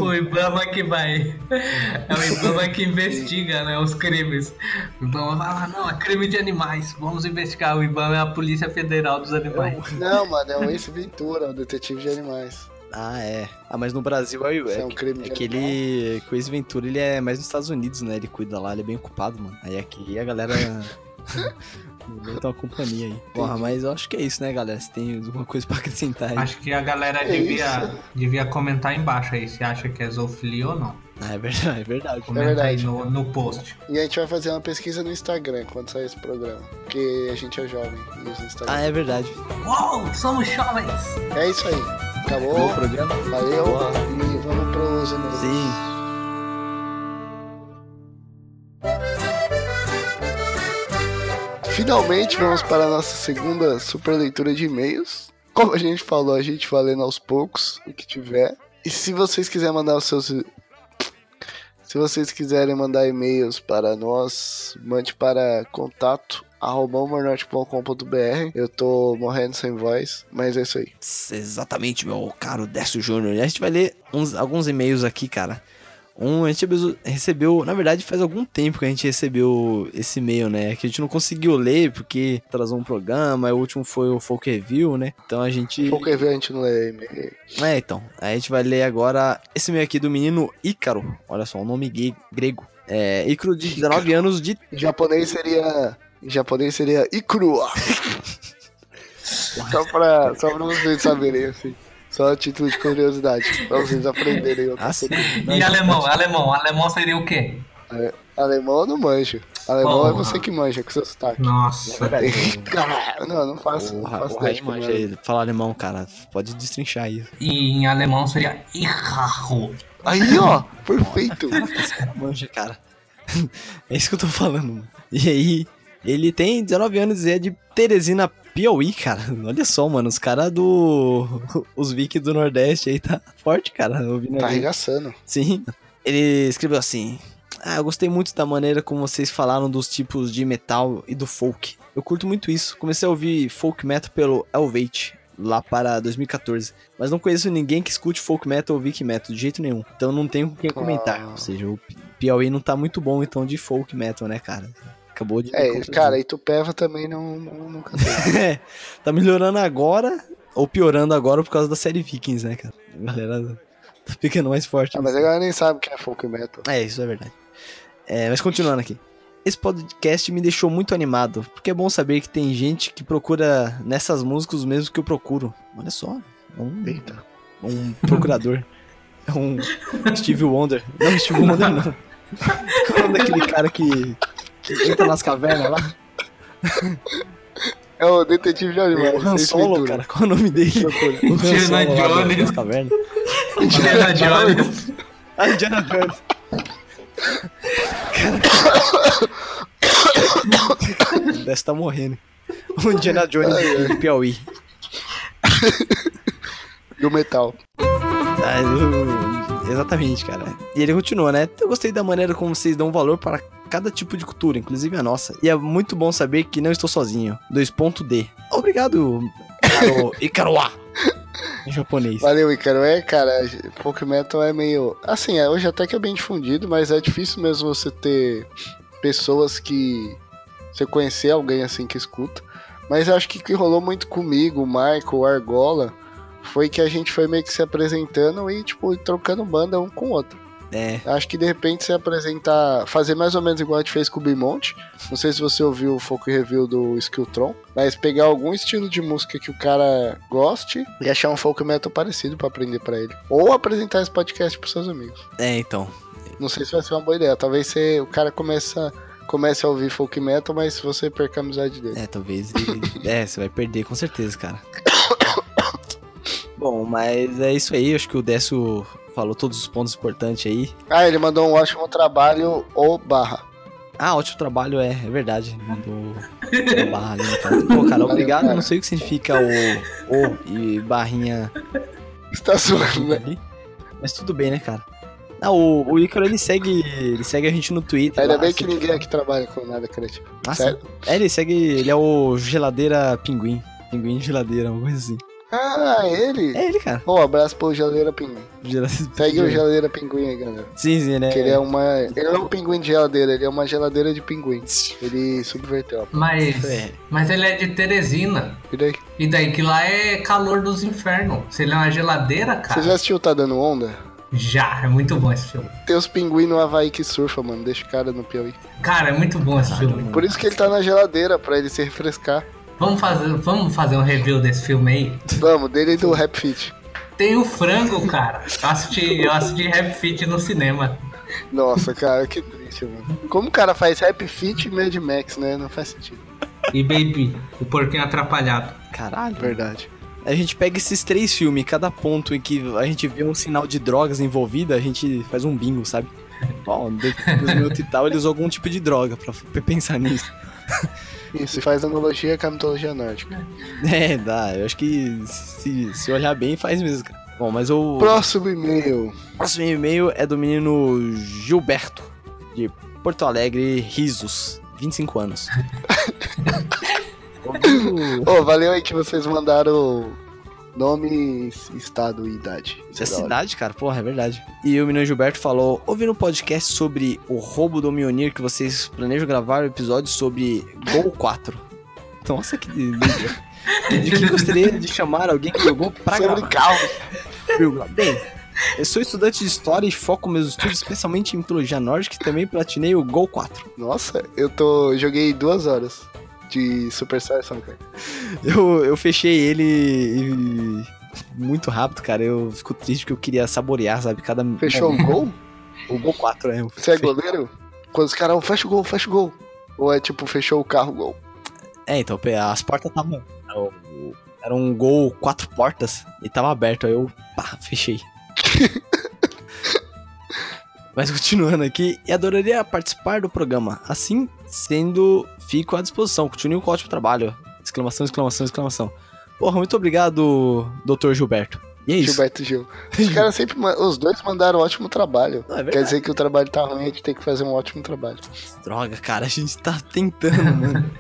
Speaker 7: o Ibama que vai. É o Ibama que investiga, né? Os crimes. O Ibama vai lá, não, é crime de animais. Vamos investigar. O Ibama é a Polícia Federal dos Animais.
Speaker 5: Não, mano, é o Ace Ventura, o detetive de animais.
Speaker 4: Ah, é. Ah, mas no Brasil é o
Speaker 5: Isso é
Speaker 4: é,
Speaker 5: um crime
Speaker 4: é
Speaker 5: de
Speaker 4: que ele. Que o Ace Ventura ele é mais nos Estados Unidos, né? Ele cuida lá, ele é bem ocupado, mano. Aí aqui a galera. Inventa uma companhia aí. Porra, mas eu acho que é isso, né, galera? Se tem alguma coisa pra acrescentar aí.
Speaker 7: Acho que a galera devia, devia comentar aí embaixo aí se acha que é zoofilia ou não.
Speaker 4: Ah, é verdade, é verdade.
Speaker 7: Comenta aí
Speaker 5: verdade.
Speaker 7: no, no post.
Speaker 5: E a gente vai fazer uma pesquisa no Instagram quando sair esse programa. Porque a gente é jovem e usa o
Speaker 4: Ah,
Speaker 5: Instagram.
Speaker 4: é verdade.
Speaker 7: Uou, somos jovens!
Speaker 5: É isso aí. Acabou.
Speaker 4: Bom programa.
Speaker 5: Valeu.
Speaker 4: Boa.
Speaker 5: E vamos pros e-mails.
Speaker 4: Sim.
Speaker 5: Finalmente vamos para a nossa segunda super leitura de e-mails. Como a gente falou, a gente vai lendo aos poucos o que tiver. E se vocês quiserem mandar os seus. Se vocês quiserem mandar e-mails para nós, mande para contato arrobaumornorte.com.br Eu tô morrendo sem voz, mas é isso aí.
Speaker 4: Exatamente, meu caro Décio Júnior. A gente vai ler uns- alguns e-mails aqui, cara. Um, a gente abisu- recebeu, na verdade, faz algum tempo que a gente recebeu esse e-mail, né? Que a gente não conseguiu ler porque atrasou um programa. O último foi o Folk Review, né? Então a gente.
Speaker 5: Pouco é ver, a gente não lê e-mail.
Speaker 4: É, então. A gente vai ler agora esse e-mail aqui do menino Ícaro. Olha só, um nome gay, grego. É, Ícaro de 19 anos de.
Speaker 5: Em japonês seria. Em japonês seria Ikrua. só pra, só pra vocês saberem, assim. Só a título de curiosidade, pra vocês aprenderem. outra
Speaker 4: Ah, sim.
Speaker 7: E alemão, alemão, alemão seria o quê?
Speaker 5: É, Alemão eu não manjo. Alemão
Speaker 7: Porra.
Speaker 5: é você que manja com seu sotaque.
Speaker 7: Nossa,
Speaker 5: Caralho, não, não faço. não
Speaker 4: Porra,
Speaker 5: faço
Speaker 4: porra, aí,
Speaker 5: ideia de como
Speaker 4: manja
Speaker 5: é.
Speaker 4: aí. Fala alemão, cara. Pode destrinchar aí.
Speaker 7: e em alemão seria Ihaho.
Speaker 5: Aí, ó, perfeito.
Speaker 4: Esse cara manja, cara. é isso que eu tô falando, mano. E aí, ele tem 19 anos e é de Teresina, Piauí, cara. Olha só, mano, os caras do... Os Vic do Nordeste aí tá forte, cara. Ouvindo
Speaker 5: Tá
Speaker 4: a gente.
Speaker 5: arregaçando.
Speaker 4: Sim. Ele escreveu assim: Ah, eu gostei muito da maneira como vocês falaram dos tipos de metal e do folk. Eu curto muito isso. Comecei a ouvir folk metal pelo Elvate. lá para 2014. Mas não conheço ninguém que escute folk metal ou viking metal de jeito nenhum. Então não tenho com quem
Speaker 5: Ah.
Speaker 4: comentar. Ou seja, o Pi- Piauí não tá muito bom então de folk metal, né, cara? Acabou de.
Speaker 5: É, cara, Itupeva também não, não- nunca teve.
Speaker 4: É, tá melhorando agora ou piorando agora por causa da série Vikings, né, cara? A galera tá ficando mais forte.
Speaker 5: Ah, mas a galera nem sabe o que é folk metal.
Speaker 4: É, isso é verdade. É, mas continuando aqui. Esse podcast me deixou muito animado, porque é bom saber que tem gente que procura nessas músicas os mesmos que eu procuro. Olha só, é um,
Speaker 5: Eita.
Speaker 4: um procurador. É um Steve Wonder. Não, Steve Wonder não. Qual é o nome daquele cara que, que entra nas cavernas lá?
Speaker 5: É o detetive de
Speaker 4: O
Speaker 5: animais.
Speaker 4: Han
Speaker 5: sem
Speaker 4: Solo,
Speaker 5: pintura.
Speaker 4: cara. Qual é o nome dele?
Speaker 5: Procura.
Speaker 4: O Han
Speaker 7: Indiana
Speaker 4: Solo lá
Speaker 7: Jones.
Speaker 4: nas cavernas.
Speaker 7: Indiana Jones.
Speaker 4: Ah, Indiana Jones. Cara. O Dessa tá morrendo. O Indiana Jones do Piauí.
Speaker 5: Do metal.
Speaker 4: Ah, eu- Exatamente, cara. E ele continua, né? Eu gostei da maneira como vocês dão valor para cada tipo de cultura, inclusive a nossa. E é muito bom saber que não estou sozinho. 2.D. Obrigado, Icaro... Icaroá. Em japonês.
Speaker 5: Valeu, Icaro. É, cara, folk metal é meio. Assim, é, hoje até que é bem difundido, mas é difícil mesmo você ter pessoas que. Você conhecer alguém assim que escuta. Mas eu acho que o que rolou muito comigo, o Michael, o Argola, foi que a gente foi meio que se apresentando e, tipo, trocando banda um com o outro.
Speaker 4: É.
Speaker 5: Acho que de repente você apresentar, fazer mais ou menos igual a gente fez com o Bimonte. Não sei se você ouviu o Folk Review do Skilltron, mas pegar algum estilo de música que o cara goste e achar um folk metal parecido pra aprender pra ele. Ou apresentar esse podcast pros seus amigos.
Speaker 4: É, então.
Speaker 5: Não sei se vai ser uma boa ideia. Talvez você, o cara começa, comece a ouvir folk metal, mas você perca a amizade dele.
Speaker 4: É, talvez. ele- é, você vai perder com certeza, cara. Bom, mas é isso aí. Acho que o Décio falou todos os pontos importantes aí.
Speaker 5: Ah, ele mandou um ótimo trabalho ou barra.
Speaker 4: Ah, ótimo trabalho, é, é verdade. Mandou mandou barra ali. Então. Pô, cara, obrigado.
Speaker 5: cara.
Speaker 4: Não sei o que significa o, o e barrinha
Speaker 5: Está zoando, né?
Speaker 4: ali. Mas tudo bem, né, cara? Ah, o, o Ícaro, ele segue, ele segue a gente no Twitter.
Speaker 5: Ainda
Speaker 4: lá,
Speaker 5: bem que
Speaker 4: assim,
Speaker 5: ninguém aqui trabalha com nada criativo.
Speaker 4: Ah, sim.
Speaker 5: Sério?
Speaker 4: É, ele segue, ele é o Geladeira Pinguim. Pinguim Geladeira, alguma coisa assim.
Speaker 5: Ah, ele?
Speaker 4: É ele, cara.
Speaker 5: Pô, abraço pro Geladeira Pinguim.
Speaker 4: Geladeira-
Speaker 5: Segue Tá o Geladeira Pinguim aí, galera.
Speaker 4: Sim, sim, né?
Speaker 5: Que ele é uma. Ele não é um pinguim de geladeira, ele é uma geladeira de pinguim. Ele subverteu.
Speaker 7: Mas,
Speaker 4: É.
Speaker 7: mas ele é de Teresina.
Speaker 5: Vira aí.
Speaker 7: E daí que lá é calor dos infernos. Se ele é uma geladeira,
Speaker 5: Você
Speaker 7: cara.
Speaker 5: já assistiu Tá Dando Onda?
Speaker 7: Já, é muito bom esse filme.
Speaker 5: Tem os pinguim no Havaí que surfa, mano. Deixa o cara no Piauí.
Speaker 7: Cara, é muito bom esse filme.
Speaker 5: Por isso que ele tá na geladeira, pra ele se refrescar.
Speaker 7: Vamos fazer, vamos fazer um review desse filme aí?
Speaker 5: Vamos, dele e do Rap Fit.
Speaker 7: Tem o frango, cara. Eu assisti, eu assisti Rap Fit no cinema.
Speaker 5: Nossa, cara, que triste, mano. Como o cara faz Rap Fit e Mad Max, né? Não faz sentido.
Speaker 7: E Baby, o porquinho atrapalhado.
Speaker 4: Caralho.
Speaker 5: Verdade.
Speaker 4: A gente pega esses três filmes, cada ponto em que a gente vê um sinal de drogas envolvida, a gente faz um bingo, sabe? Ó, de- dos minutos e tal, ele usou algum tipo de droga pra, pra pensar nisso.
Speaker 5: Isso, faz analogia com a mitologia nórdica.
Speaker 4: É, dá. Eu acho que se, se olhar bem, faz mesmo, cara. Bom, mas o
Speaker 5: Próximo e-mail.
Speaker 4: próximo e-mail é do menino Gilberto, de Porto Alegre, Risos, 25 anos.
Speaker 5: Ô, valeu aí que vocês mandaram nome, estado e idade.
Speaker 4: Isso é cidade, cara, porra, é verdade. E o menino Gilberto falou: ouvi no podcast sobre o roubo do Mionir que vocês planejam gravar o episódio sobre Gol 4. Nossa, que delícia. De que gostaria de chamar alguém que jogou pra
Speaker 5: Sobre
Speaker 4: gravar, vírgula. Bem, eu sou estudante de história e foco meus estudos especialmente em mitologia nórdica e também platinei o Gol 4.
Speaker 5: Nossa, eu tô. joguei duas horas de Super Saiyan, cara.
Speaker 4: Eu, eu fechei ele e- muito rápido, cara. Eu fico triste porque eu queria saborear, sabe? Cada
Speaker 5: Fechou o gol?
Speaker 4: o Gol 4, é. eu
Speaker 5: Você é
Speaker 4: fechei.
Speaker 5: goleiro? Quando os caras, "Oh, fecha o gol, fecha o gol. Ou é tipo, fechou o carro, gol.
Speaker 4: É, então, pe- as portas estavam. era o- Era um gol, quatro portas, e tava aberto, aí eu, pá, fechei. Mas continuando aqui, e adoraria participar do programa. Assim sendo, fico à disposição. Continue com o ótimo trabalho. Exclamação, exclamação, exclamação. Porra, muito obrigado, Dr. Gilberto. E é isso.
Speaker 5: Gilberto Gil. Os caras sempre. man- Os dois mandaram um ótimo trabalho.
Speaker 4: Não, é
Speaker 5: Quer
Speaker 4: verdade.
Speaker 5: dizer que o trabalho tá ruim, a gente tem que fazer um ótimo trabalho.
Speaker 4: Droga, cara, a gente tá tentando, mano.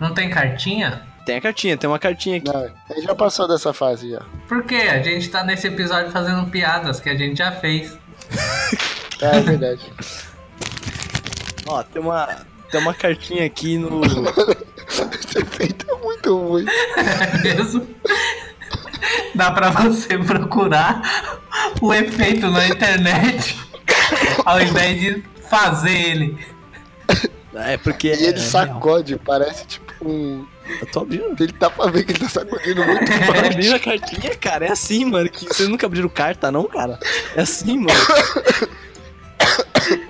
Speaker 7: Não tem cartinha?
Speaker 4: Tem a cartinha, tem uma cartinha aqui.
Speaker 5: Não, a gente já passou dessa fase já.
Speaker 7: Por quê? A gente tá nesse episódio fazendo piadas que a gente já fez.
Speaker 5: É, é verdade.
Speaker 4: Ó, tem uma, tem uma cartinha aqui no.
Speaker 5: Esse efeito é muito ruim.
Speaker 7: É mesmo? Dá pra você procurar o efeito na internet ao invés de fazer ele.
Speaker 4: É porque.
Speaker 5: E ele
Speaker 4: é,
Speaker 5: sacode, parece tipo um.
Speaker 4: Eu tô abrindo.
Speaker 5: Ele tá pra ver que ele tá sacudindo muito
Speaker 4: Tô abrindo a cartinha, cara. É assim, mano. Que vocês nunca abriram carta, não, cara? É assim, mano.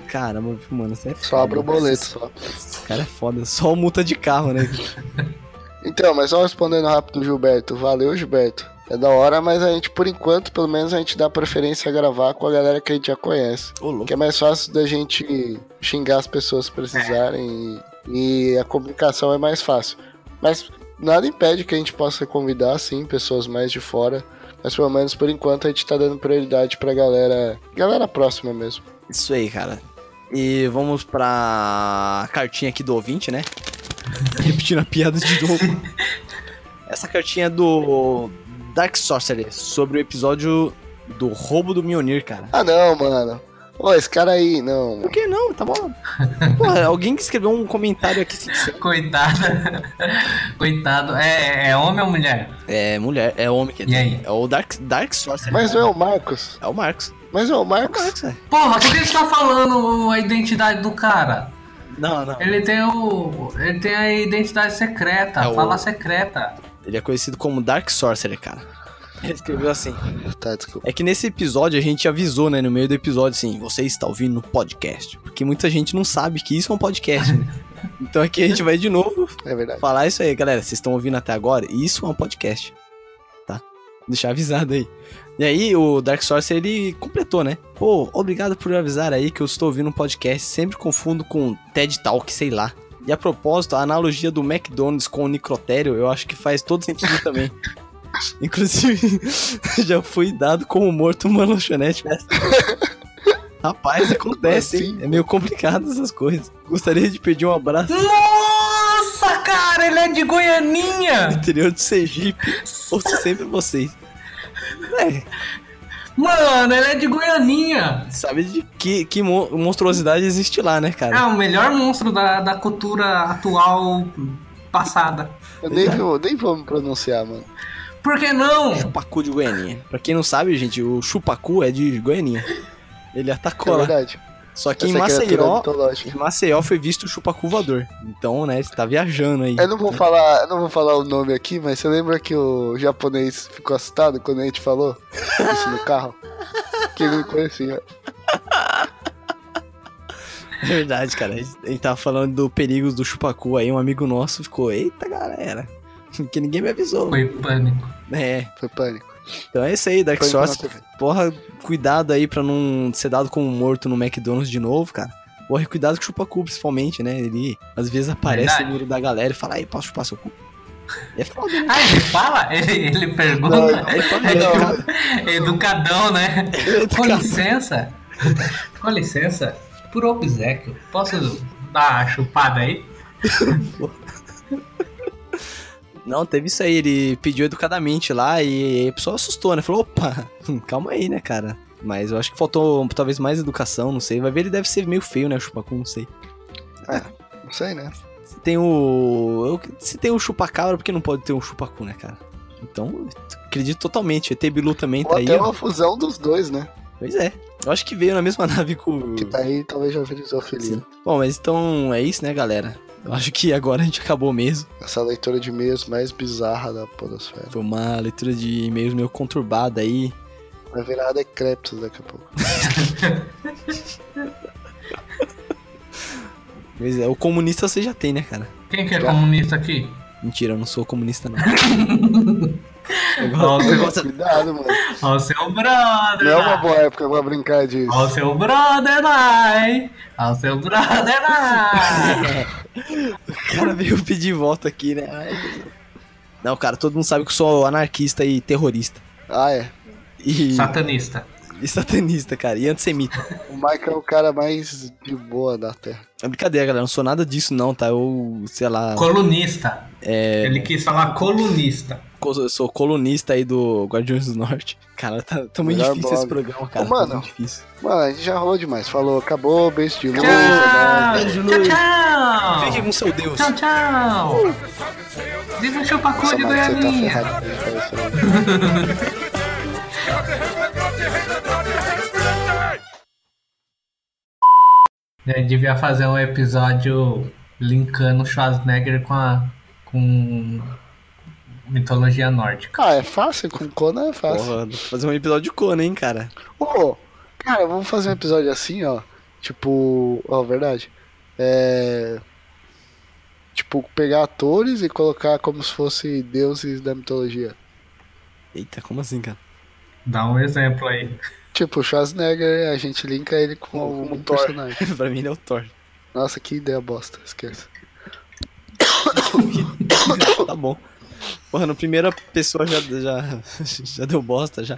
Speaker 4: Caramba, mano, você é foda.
Speaker 5: Só abre o boleto, só.
Speaker 4: Esse cara é foda. Só multa de carro, né?
Speaker 5: Então, mas só respondendo rápido o Gilberto. Valeu, Gilberto. É da hora, mas a gente, por enquanto, pelo menos a gente dá preferência a gravar com a galera que a gente já conhece.
Speaker 4: Ô, louco.
Speaker 5: Que é mais fácil da gente xingar as pessoas se precisarem e, e a comunicação é mais fácil. Mas nada impede que a gente possa convidar, sim, pessoas mais de fora. Mas pelo menos por enquanto a gente tá dando prioridade pra galera. Galera próxima mesmo.
Speaker 4: Isso aí, cara. E vamos pra cartinha aqui do ouvinte, né? Repetindo a piada de novo. Essa cartinha é do Dark Sorcerer sobre o episódio do roubo do Mionir, cara.
Speaker 5: Ah não, mano. Ô, esse cara aí, não.
Speaker 4: Por que não? Tá bom. Porra, alguém que escreveu um comentário aqui sincero.
Speaker 7: Coitada. Coitado. É, é homem ou mulher?
Speaker 4: É mulher, é homem que
Speaker 7: E aí?
Speaker 4: É o Dark, Dark Sorcerer.
Speaker 5: Mas não é o Marcos.
Speaker 4: É o Marcos.
Speaker 5: Mas não é o
Speaker 4: É o
Speaker 5: Marcos.
Speaker 4: Marcos, é.
Speaker 7: Porra, por que a gente tá falando a identidade do cara?
Speaker 4: Não, não.
Speaker 7: Ele tem o. Ele tem a identidade secreta,
Speaker 4: É o-
Speaker 7: fala secreta.
Speaker 4: Ele é conhecido como Dark Sorcerer, cara. Ele escreveu assim.
Speaker 5: Tá, desculpa.
Speaker 4: É que nesse episódio a gente avisou, né, no meio do episódio, assim, você está ouvindo um podcast. Porque muita gente não sabe que isso é um podcast, né? Então aqui a gente vai de novo
Speaker 5: É verdade.
Speaker 4: falar isso aí, galera. Vocês estão ouvindo até agora? Isso é um podcast, tá? Vou Deixar avisado aí. E aí o Dark Source ele completou, né? Pô, obrigado por avisar aí que eu estou ouvindo um podcast. Sempre confundo com TED Talk, sei lá. E a propósito, a analogia do McDonald's com o Necrotério, eu acho que faz todo sentido também. Inclusive, já fui dado como morto numa lanchonete. né? Rapaz, acontece, hein? É meio complicado essas coisas. Gostaria de pedir um abraço
Speaker 7: Nossa, cara, ele é de Goianinha!
Speaker 4: interior de Sergipe. Ouço sempre vocês. É,
Speaker 7: Mano, ele é de Goianinha!
Speaker 4: sabe de que, que mon- monstruosidade existe lá, né,
Speaker 7: É
Speaker 5: Ah.
Speaker 4: cara?
Speaker 7: o melhor monstro da, da cultura atual passada.
Speaker 5: Eu nem, vou- nem vou me pronunciar, mano. É
Speaker 7: Por que não?
Speaker 4: Chupacu de Goianinha. Pra quem não sabe, gente, o Chupacu é de Goianinha. Ele atacou
Speaker 5: É
Speaker 4: lá.
Speaker 5: verdade.
Speaker 4: Só que em
Speaker 5: Essa é criatura
Speaker 4: Maceió,
Speaker 5: mitológica.
Speaker 4: em Maceió foi visto o Chupacu voador. Então, né, você tá viajando aí.
Speaker 5: Eu não vou falar, eu não vou falar o nome aqui, mas você lembra que o japonês ficou assustado quando a gente falou isso no carro? Que ele não conhecia.
Speaker 4: É verdade, cara. A gente- a gente tava falando do perigos do Chupacu aí. Um amigo nosso ficou, eita, galera. Que ninguém me avisou.
Speaker 7: Foi pânico.
Speaker 4: É,
Speaker 5: Foi pânico.
Speaker 4: então é isso aí, Dark
Speaker 5: Foi
Speaker 4: Source.
Speaker 5: na TV.
Speaker 4: Porra, cuidado aí pra não ser dado como morto no McDonald's de novo, cara. Porra, e cuidado com o chupacu, principalmente, né? Ele às vezes aparece
Speaker 7: Verdade.
Speaker 4: no muro da galera e fala, aí, posso chupar seu cu? É foda, né?
Speaker 7: Ah, ele fala? Ele, ele pergunta?
Speaker 5: Não, não.
Speaker 4: É foda,
Speaker 7: É
Speaker 4: né,
Speaker 7: educa-
Speaker 4: cara?
Speaker 7: Educadão, né? Com
Speaker 4: Educadão.
Speaker 7: licença. Com licença. Por obsequio, posso dar a chupada aí?
Speaker 4: Não, teve isso aí, ele pediu educadamente lá e a pessoa assustou, né? Falou, opa, calma aí, né, cara? Mas eu acho que faltou talvez mais educação, não sei. Vai ver, ele deve ser meio feio, né, o chupacu, não sei.
Speaker 5: Não sei, né?
Speaker 4: Se tem o. eu- se tem o chupacabra, porque não pode ter um chupacu, né, cara? Então, acredito totalmente. ET Bilu também
Speaker 5: Ou
Speaker 4: tá aí.
Speaker 5: até
Speaker 4: ó.
Speaker 5: uma fusão dos dois, né?
Speaker 4: Pois é. Eu acho que veio na mesma nave com. o-
Speaker 5: Que daí talvez já virizou
Speaker 4: Hum. Sim.
Speaker 5: feliz. né?
Speaker 4: Bom, mas então é isso, né, galera? Eu acho que agora a gente acabou mesmo.
Speaker 5: Essa leitura de e-mails mais bizarra da podosfera.
Speaker 4: Foi uma leitura de e-mails meio conturbada aí.
Speaker 5: Vai virar decréptos daqui a pouco.
Speaker 4: Pois é, o comunista você já tem, né, cara?
Speaker 7: Quem que é comunista aqui?
Speaker 4: Mentira, eu não sou comunista, não.
Speaker 7: Ó,
Speaker 4: Eu
Speaker 7: o
Speaker 4: gosto-
Speaker 5: Cuidado, mano.
Speaker 7: seu- ó, o seu brother!
Speaker 5: Não é uma boa época pra brincar disso.
Speaker 7: Ó o seu brother, ai! Ó o seu brother, ai!
Speaker 4: O cara veio pedir volta aqui, né? Ai, meu Deus. Não, cara, todo mundo sabe que eu sou anarquista e terrorista.
Speaker 5: Ah, é.
Speaker 4: E.
Speaker 7: Satanista.
Speaker 4: E satanista, cara. E antissemita.
Speaker 5: O Mike é o cara mais de boa da Terra.
Speaker 4: É brincadeira, galera. Não sou nada disso, não, tá? Eu, sei lá. é,
Speaker 7: Colunista. Ele quis falar colunista.
Speaker 4: co- eu sou colunista aí do Guardiões do Norte. Cara, tá, tá muito
Speaker 5: Melhor
Speaker 4: difícil esse
Speaker 5: blog.
Speaker 4: programa, cara.
Speaker 5: Ô, mano.
Speaker 4: Tá muito difícil.
Speaker 5: Mano, a gente já rolou demais. Falou, acabou, beijo de luz.
Speaker 7: Tchau, tchau, tchau.
Speaker 4: Fique com seu Deus.
Speaker 7: Tchau, tchau. Viva o chupacu
Speaker 5: Nossa,
Speaker 7: de
Speaker 5: Mike, você tá
Speaker 7: Goianinha.
Speaker 5: ferrado. pra isso aí.
Speaker 7: Eu devia fazer um episódio linkando Schwarzenegger com a. com. mitologia nórdica.
Speaker 5: Ah, é fácil? Com Conan é fácil.
Speaker 4: Porra, dá pra fazer um episódio de Conan, hein, cara.
Speaker 5: Ô, cara, vamos fazer um episódio assim, ó. Tipo, ó, verdade. É. Tipo, pegar atores e colocar como se fossem deuses da mitologia.
Speaker 4: Eita, como assim, cara?
Speaker 7: Dá um exemplo aí.
Speaker 5: Tipo, o Schwarzenegger, a gente linka ele com algum personagem.
Speaker 4: pra mim ele é o Thor.
Speaker 5: Nossa, que ideia bosta, esquece.
Speaker 4: tá bom. Porra, na primeira pessoa já, já, já deu bosta, já.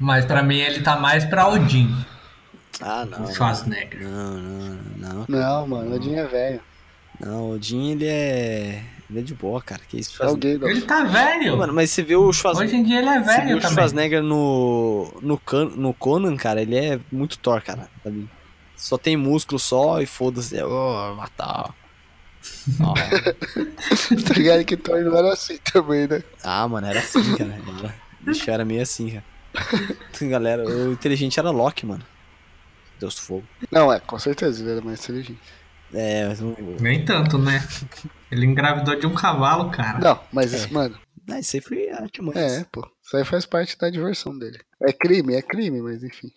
Speaker 7: Mas pra mim ele tá mais pra Odin,
Speaker 4: Ah, não.
Speaker 7: o Schwarzenegger.
Speaker 4: Não, não, não.
Speaker 5: Não, mano, o Dinho é velho.
Speaker 4: Não, o Odin, ele é... Ele é de boa, cara. Que isso?
Speaker 5: É o
Speaker 4: Schwarzenegger.
Speaker 7: Ele
Speaker 5: Gandalf.
Speaker 7: tá velho.
Speaker 4: Mano, mas você vê o Schwarzenegger...
Speaker 7: Hoje em dia ele é
Speaker 4: Você viu
Speaker 7: velho
Speaker 4: o
Speaker 7: também.
Speaker 4: Schwarzenegger no, no, Can- no Conan, cara, ele é muito Thor, cara. sabe? Só tem músculo só e foda-se. é, Oh, matar. Ó.
Speaker 5: Tá ligado que Thor não era assim também, né?
Speaker 4: ah, mano, era assim, cara. Era, bicho, era meio assim, cara. Então, Galera, o inteligente era Loki, mano. Deus do fogo.
Speaker 5: Não, é, com certeza ele era mais inteligente.
Speaker 4: É, mas não-
Speaker 7: Nem tanto, né? Ele engravidou de um cavalo, cara.
Speaker 5: Não, mas isso,
Speaker 4: É.
Speaker 5: mano,
Speaker 4: ah, isso aí foi arte, mano.
Speaker 5: é, pô. Isso aí faz parte da diversão dele. É crime, é crime, mas enfim.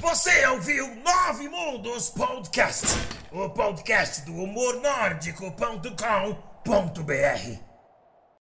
Speaker 1: Você ouviu Nove Mundos Podcast, o podcast do humor nórdico.com.br.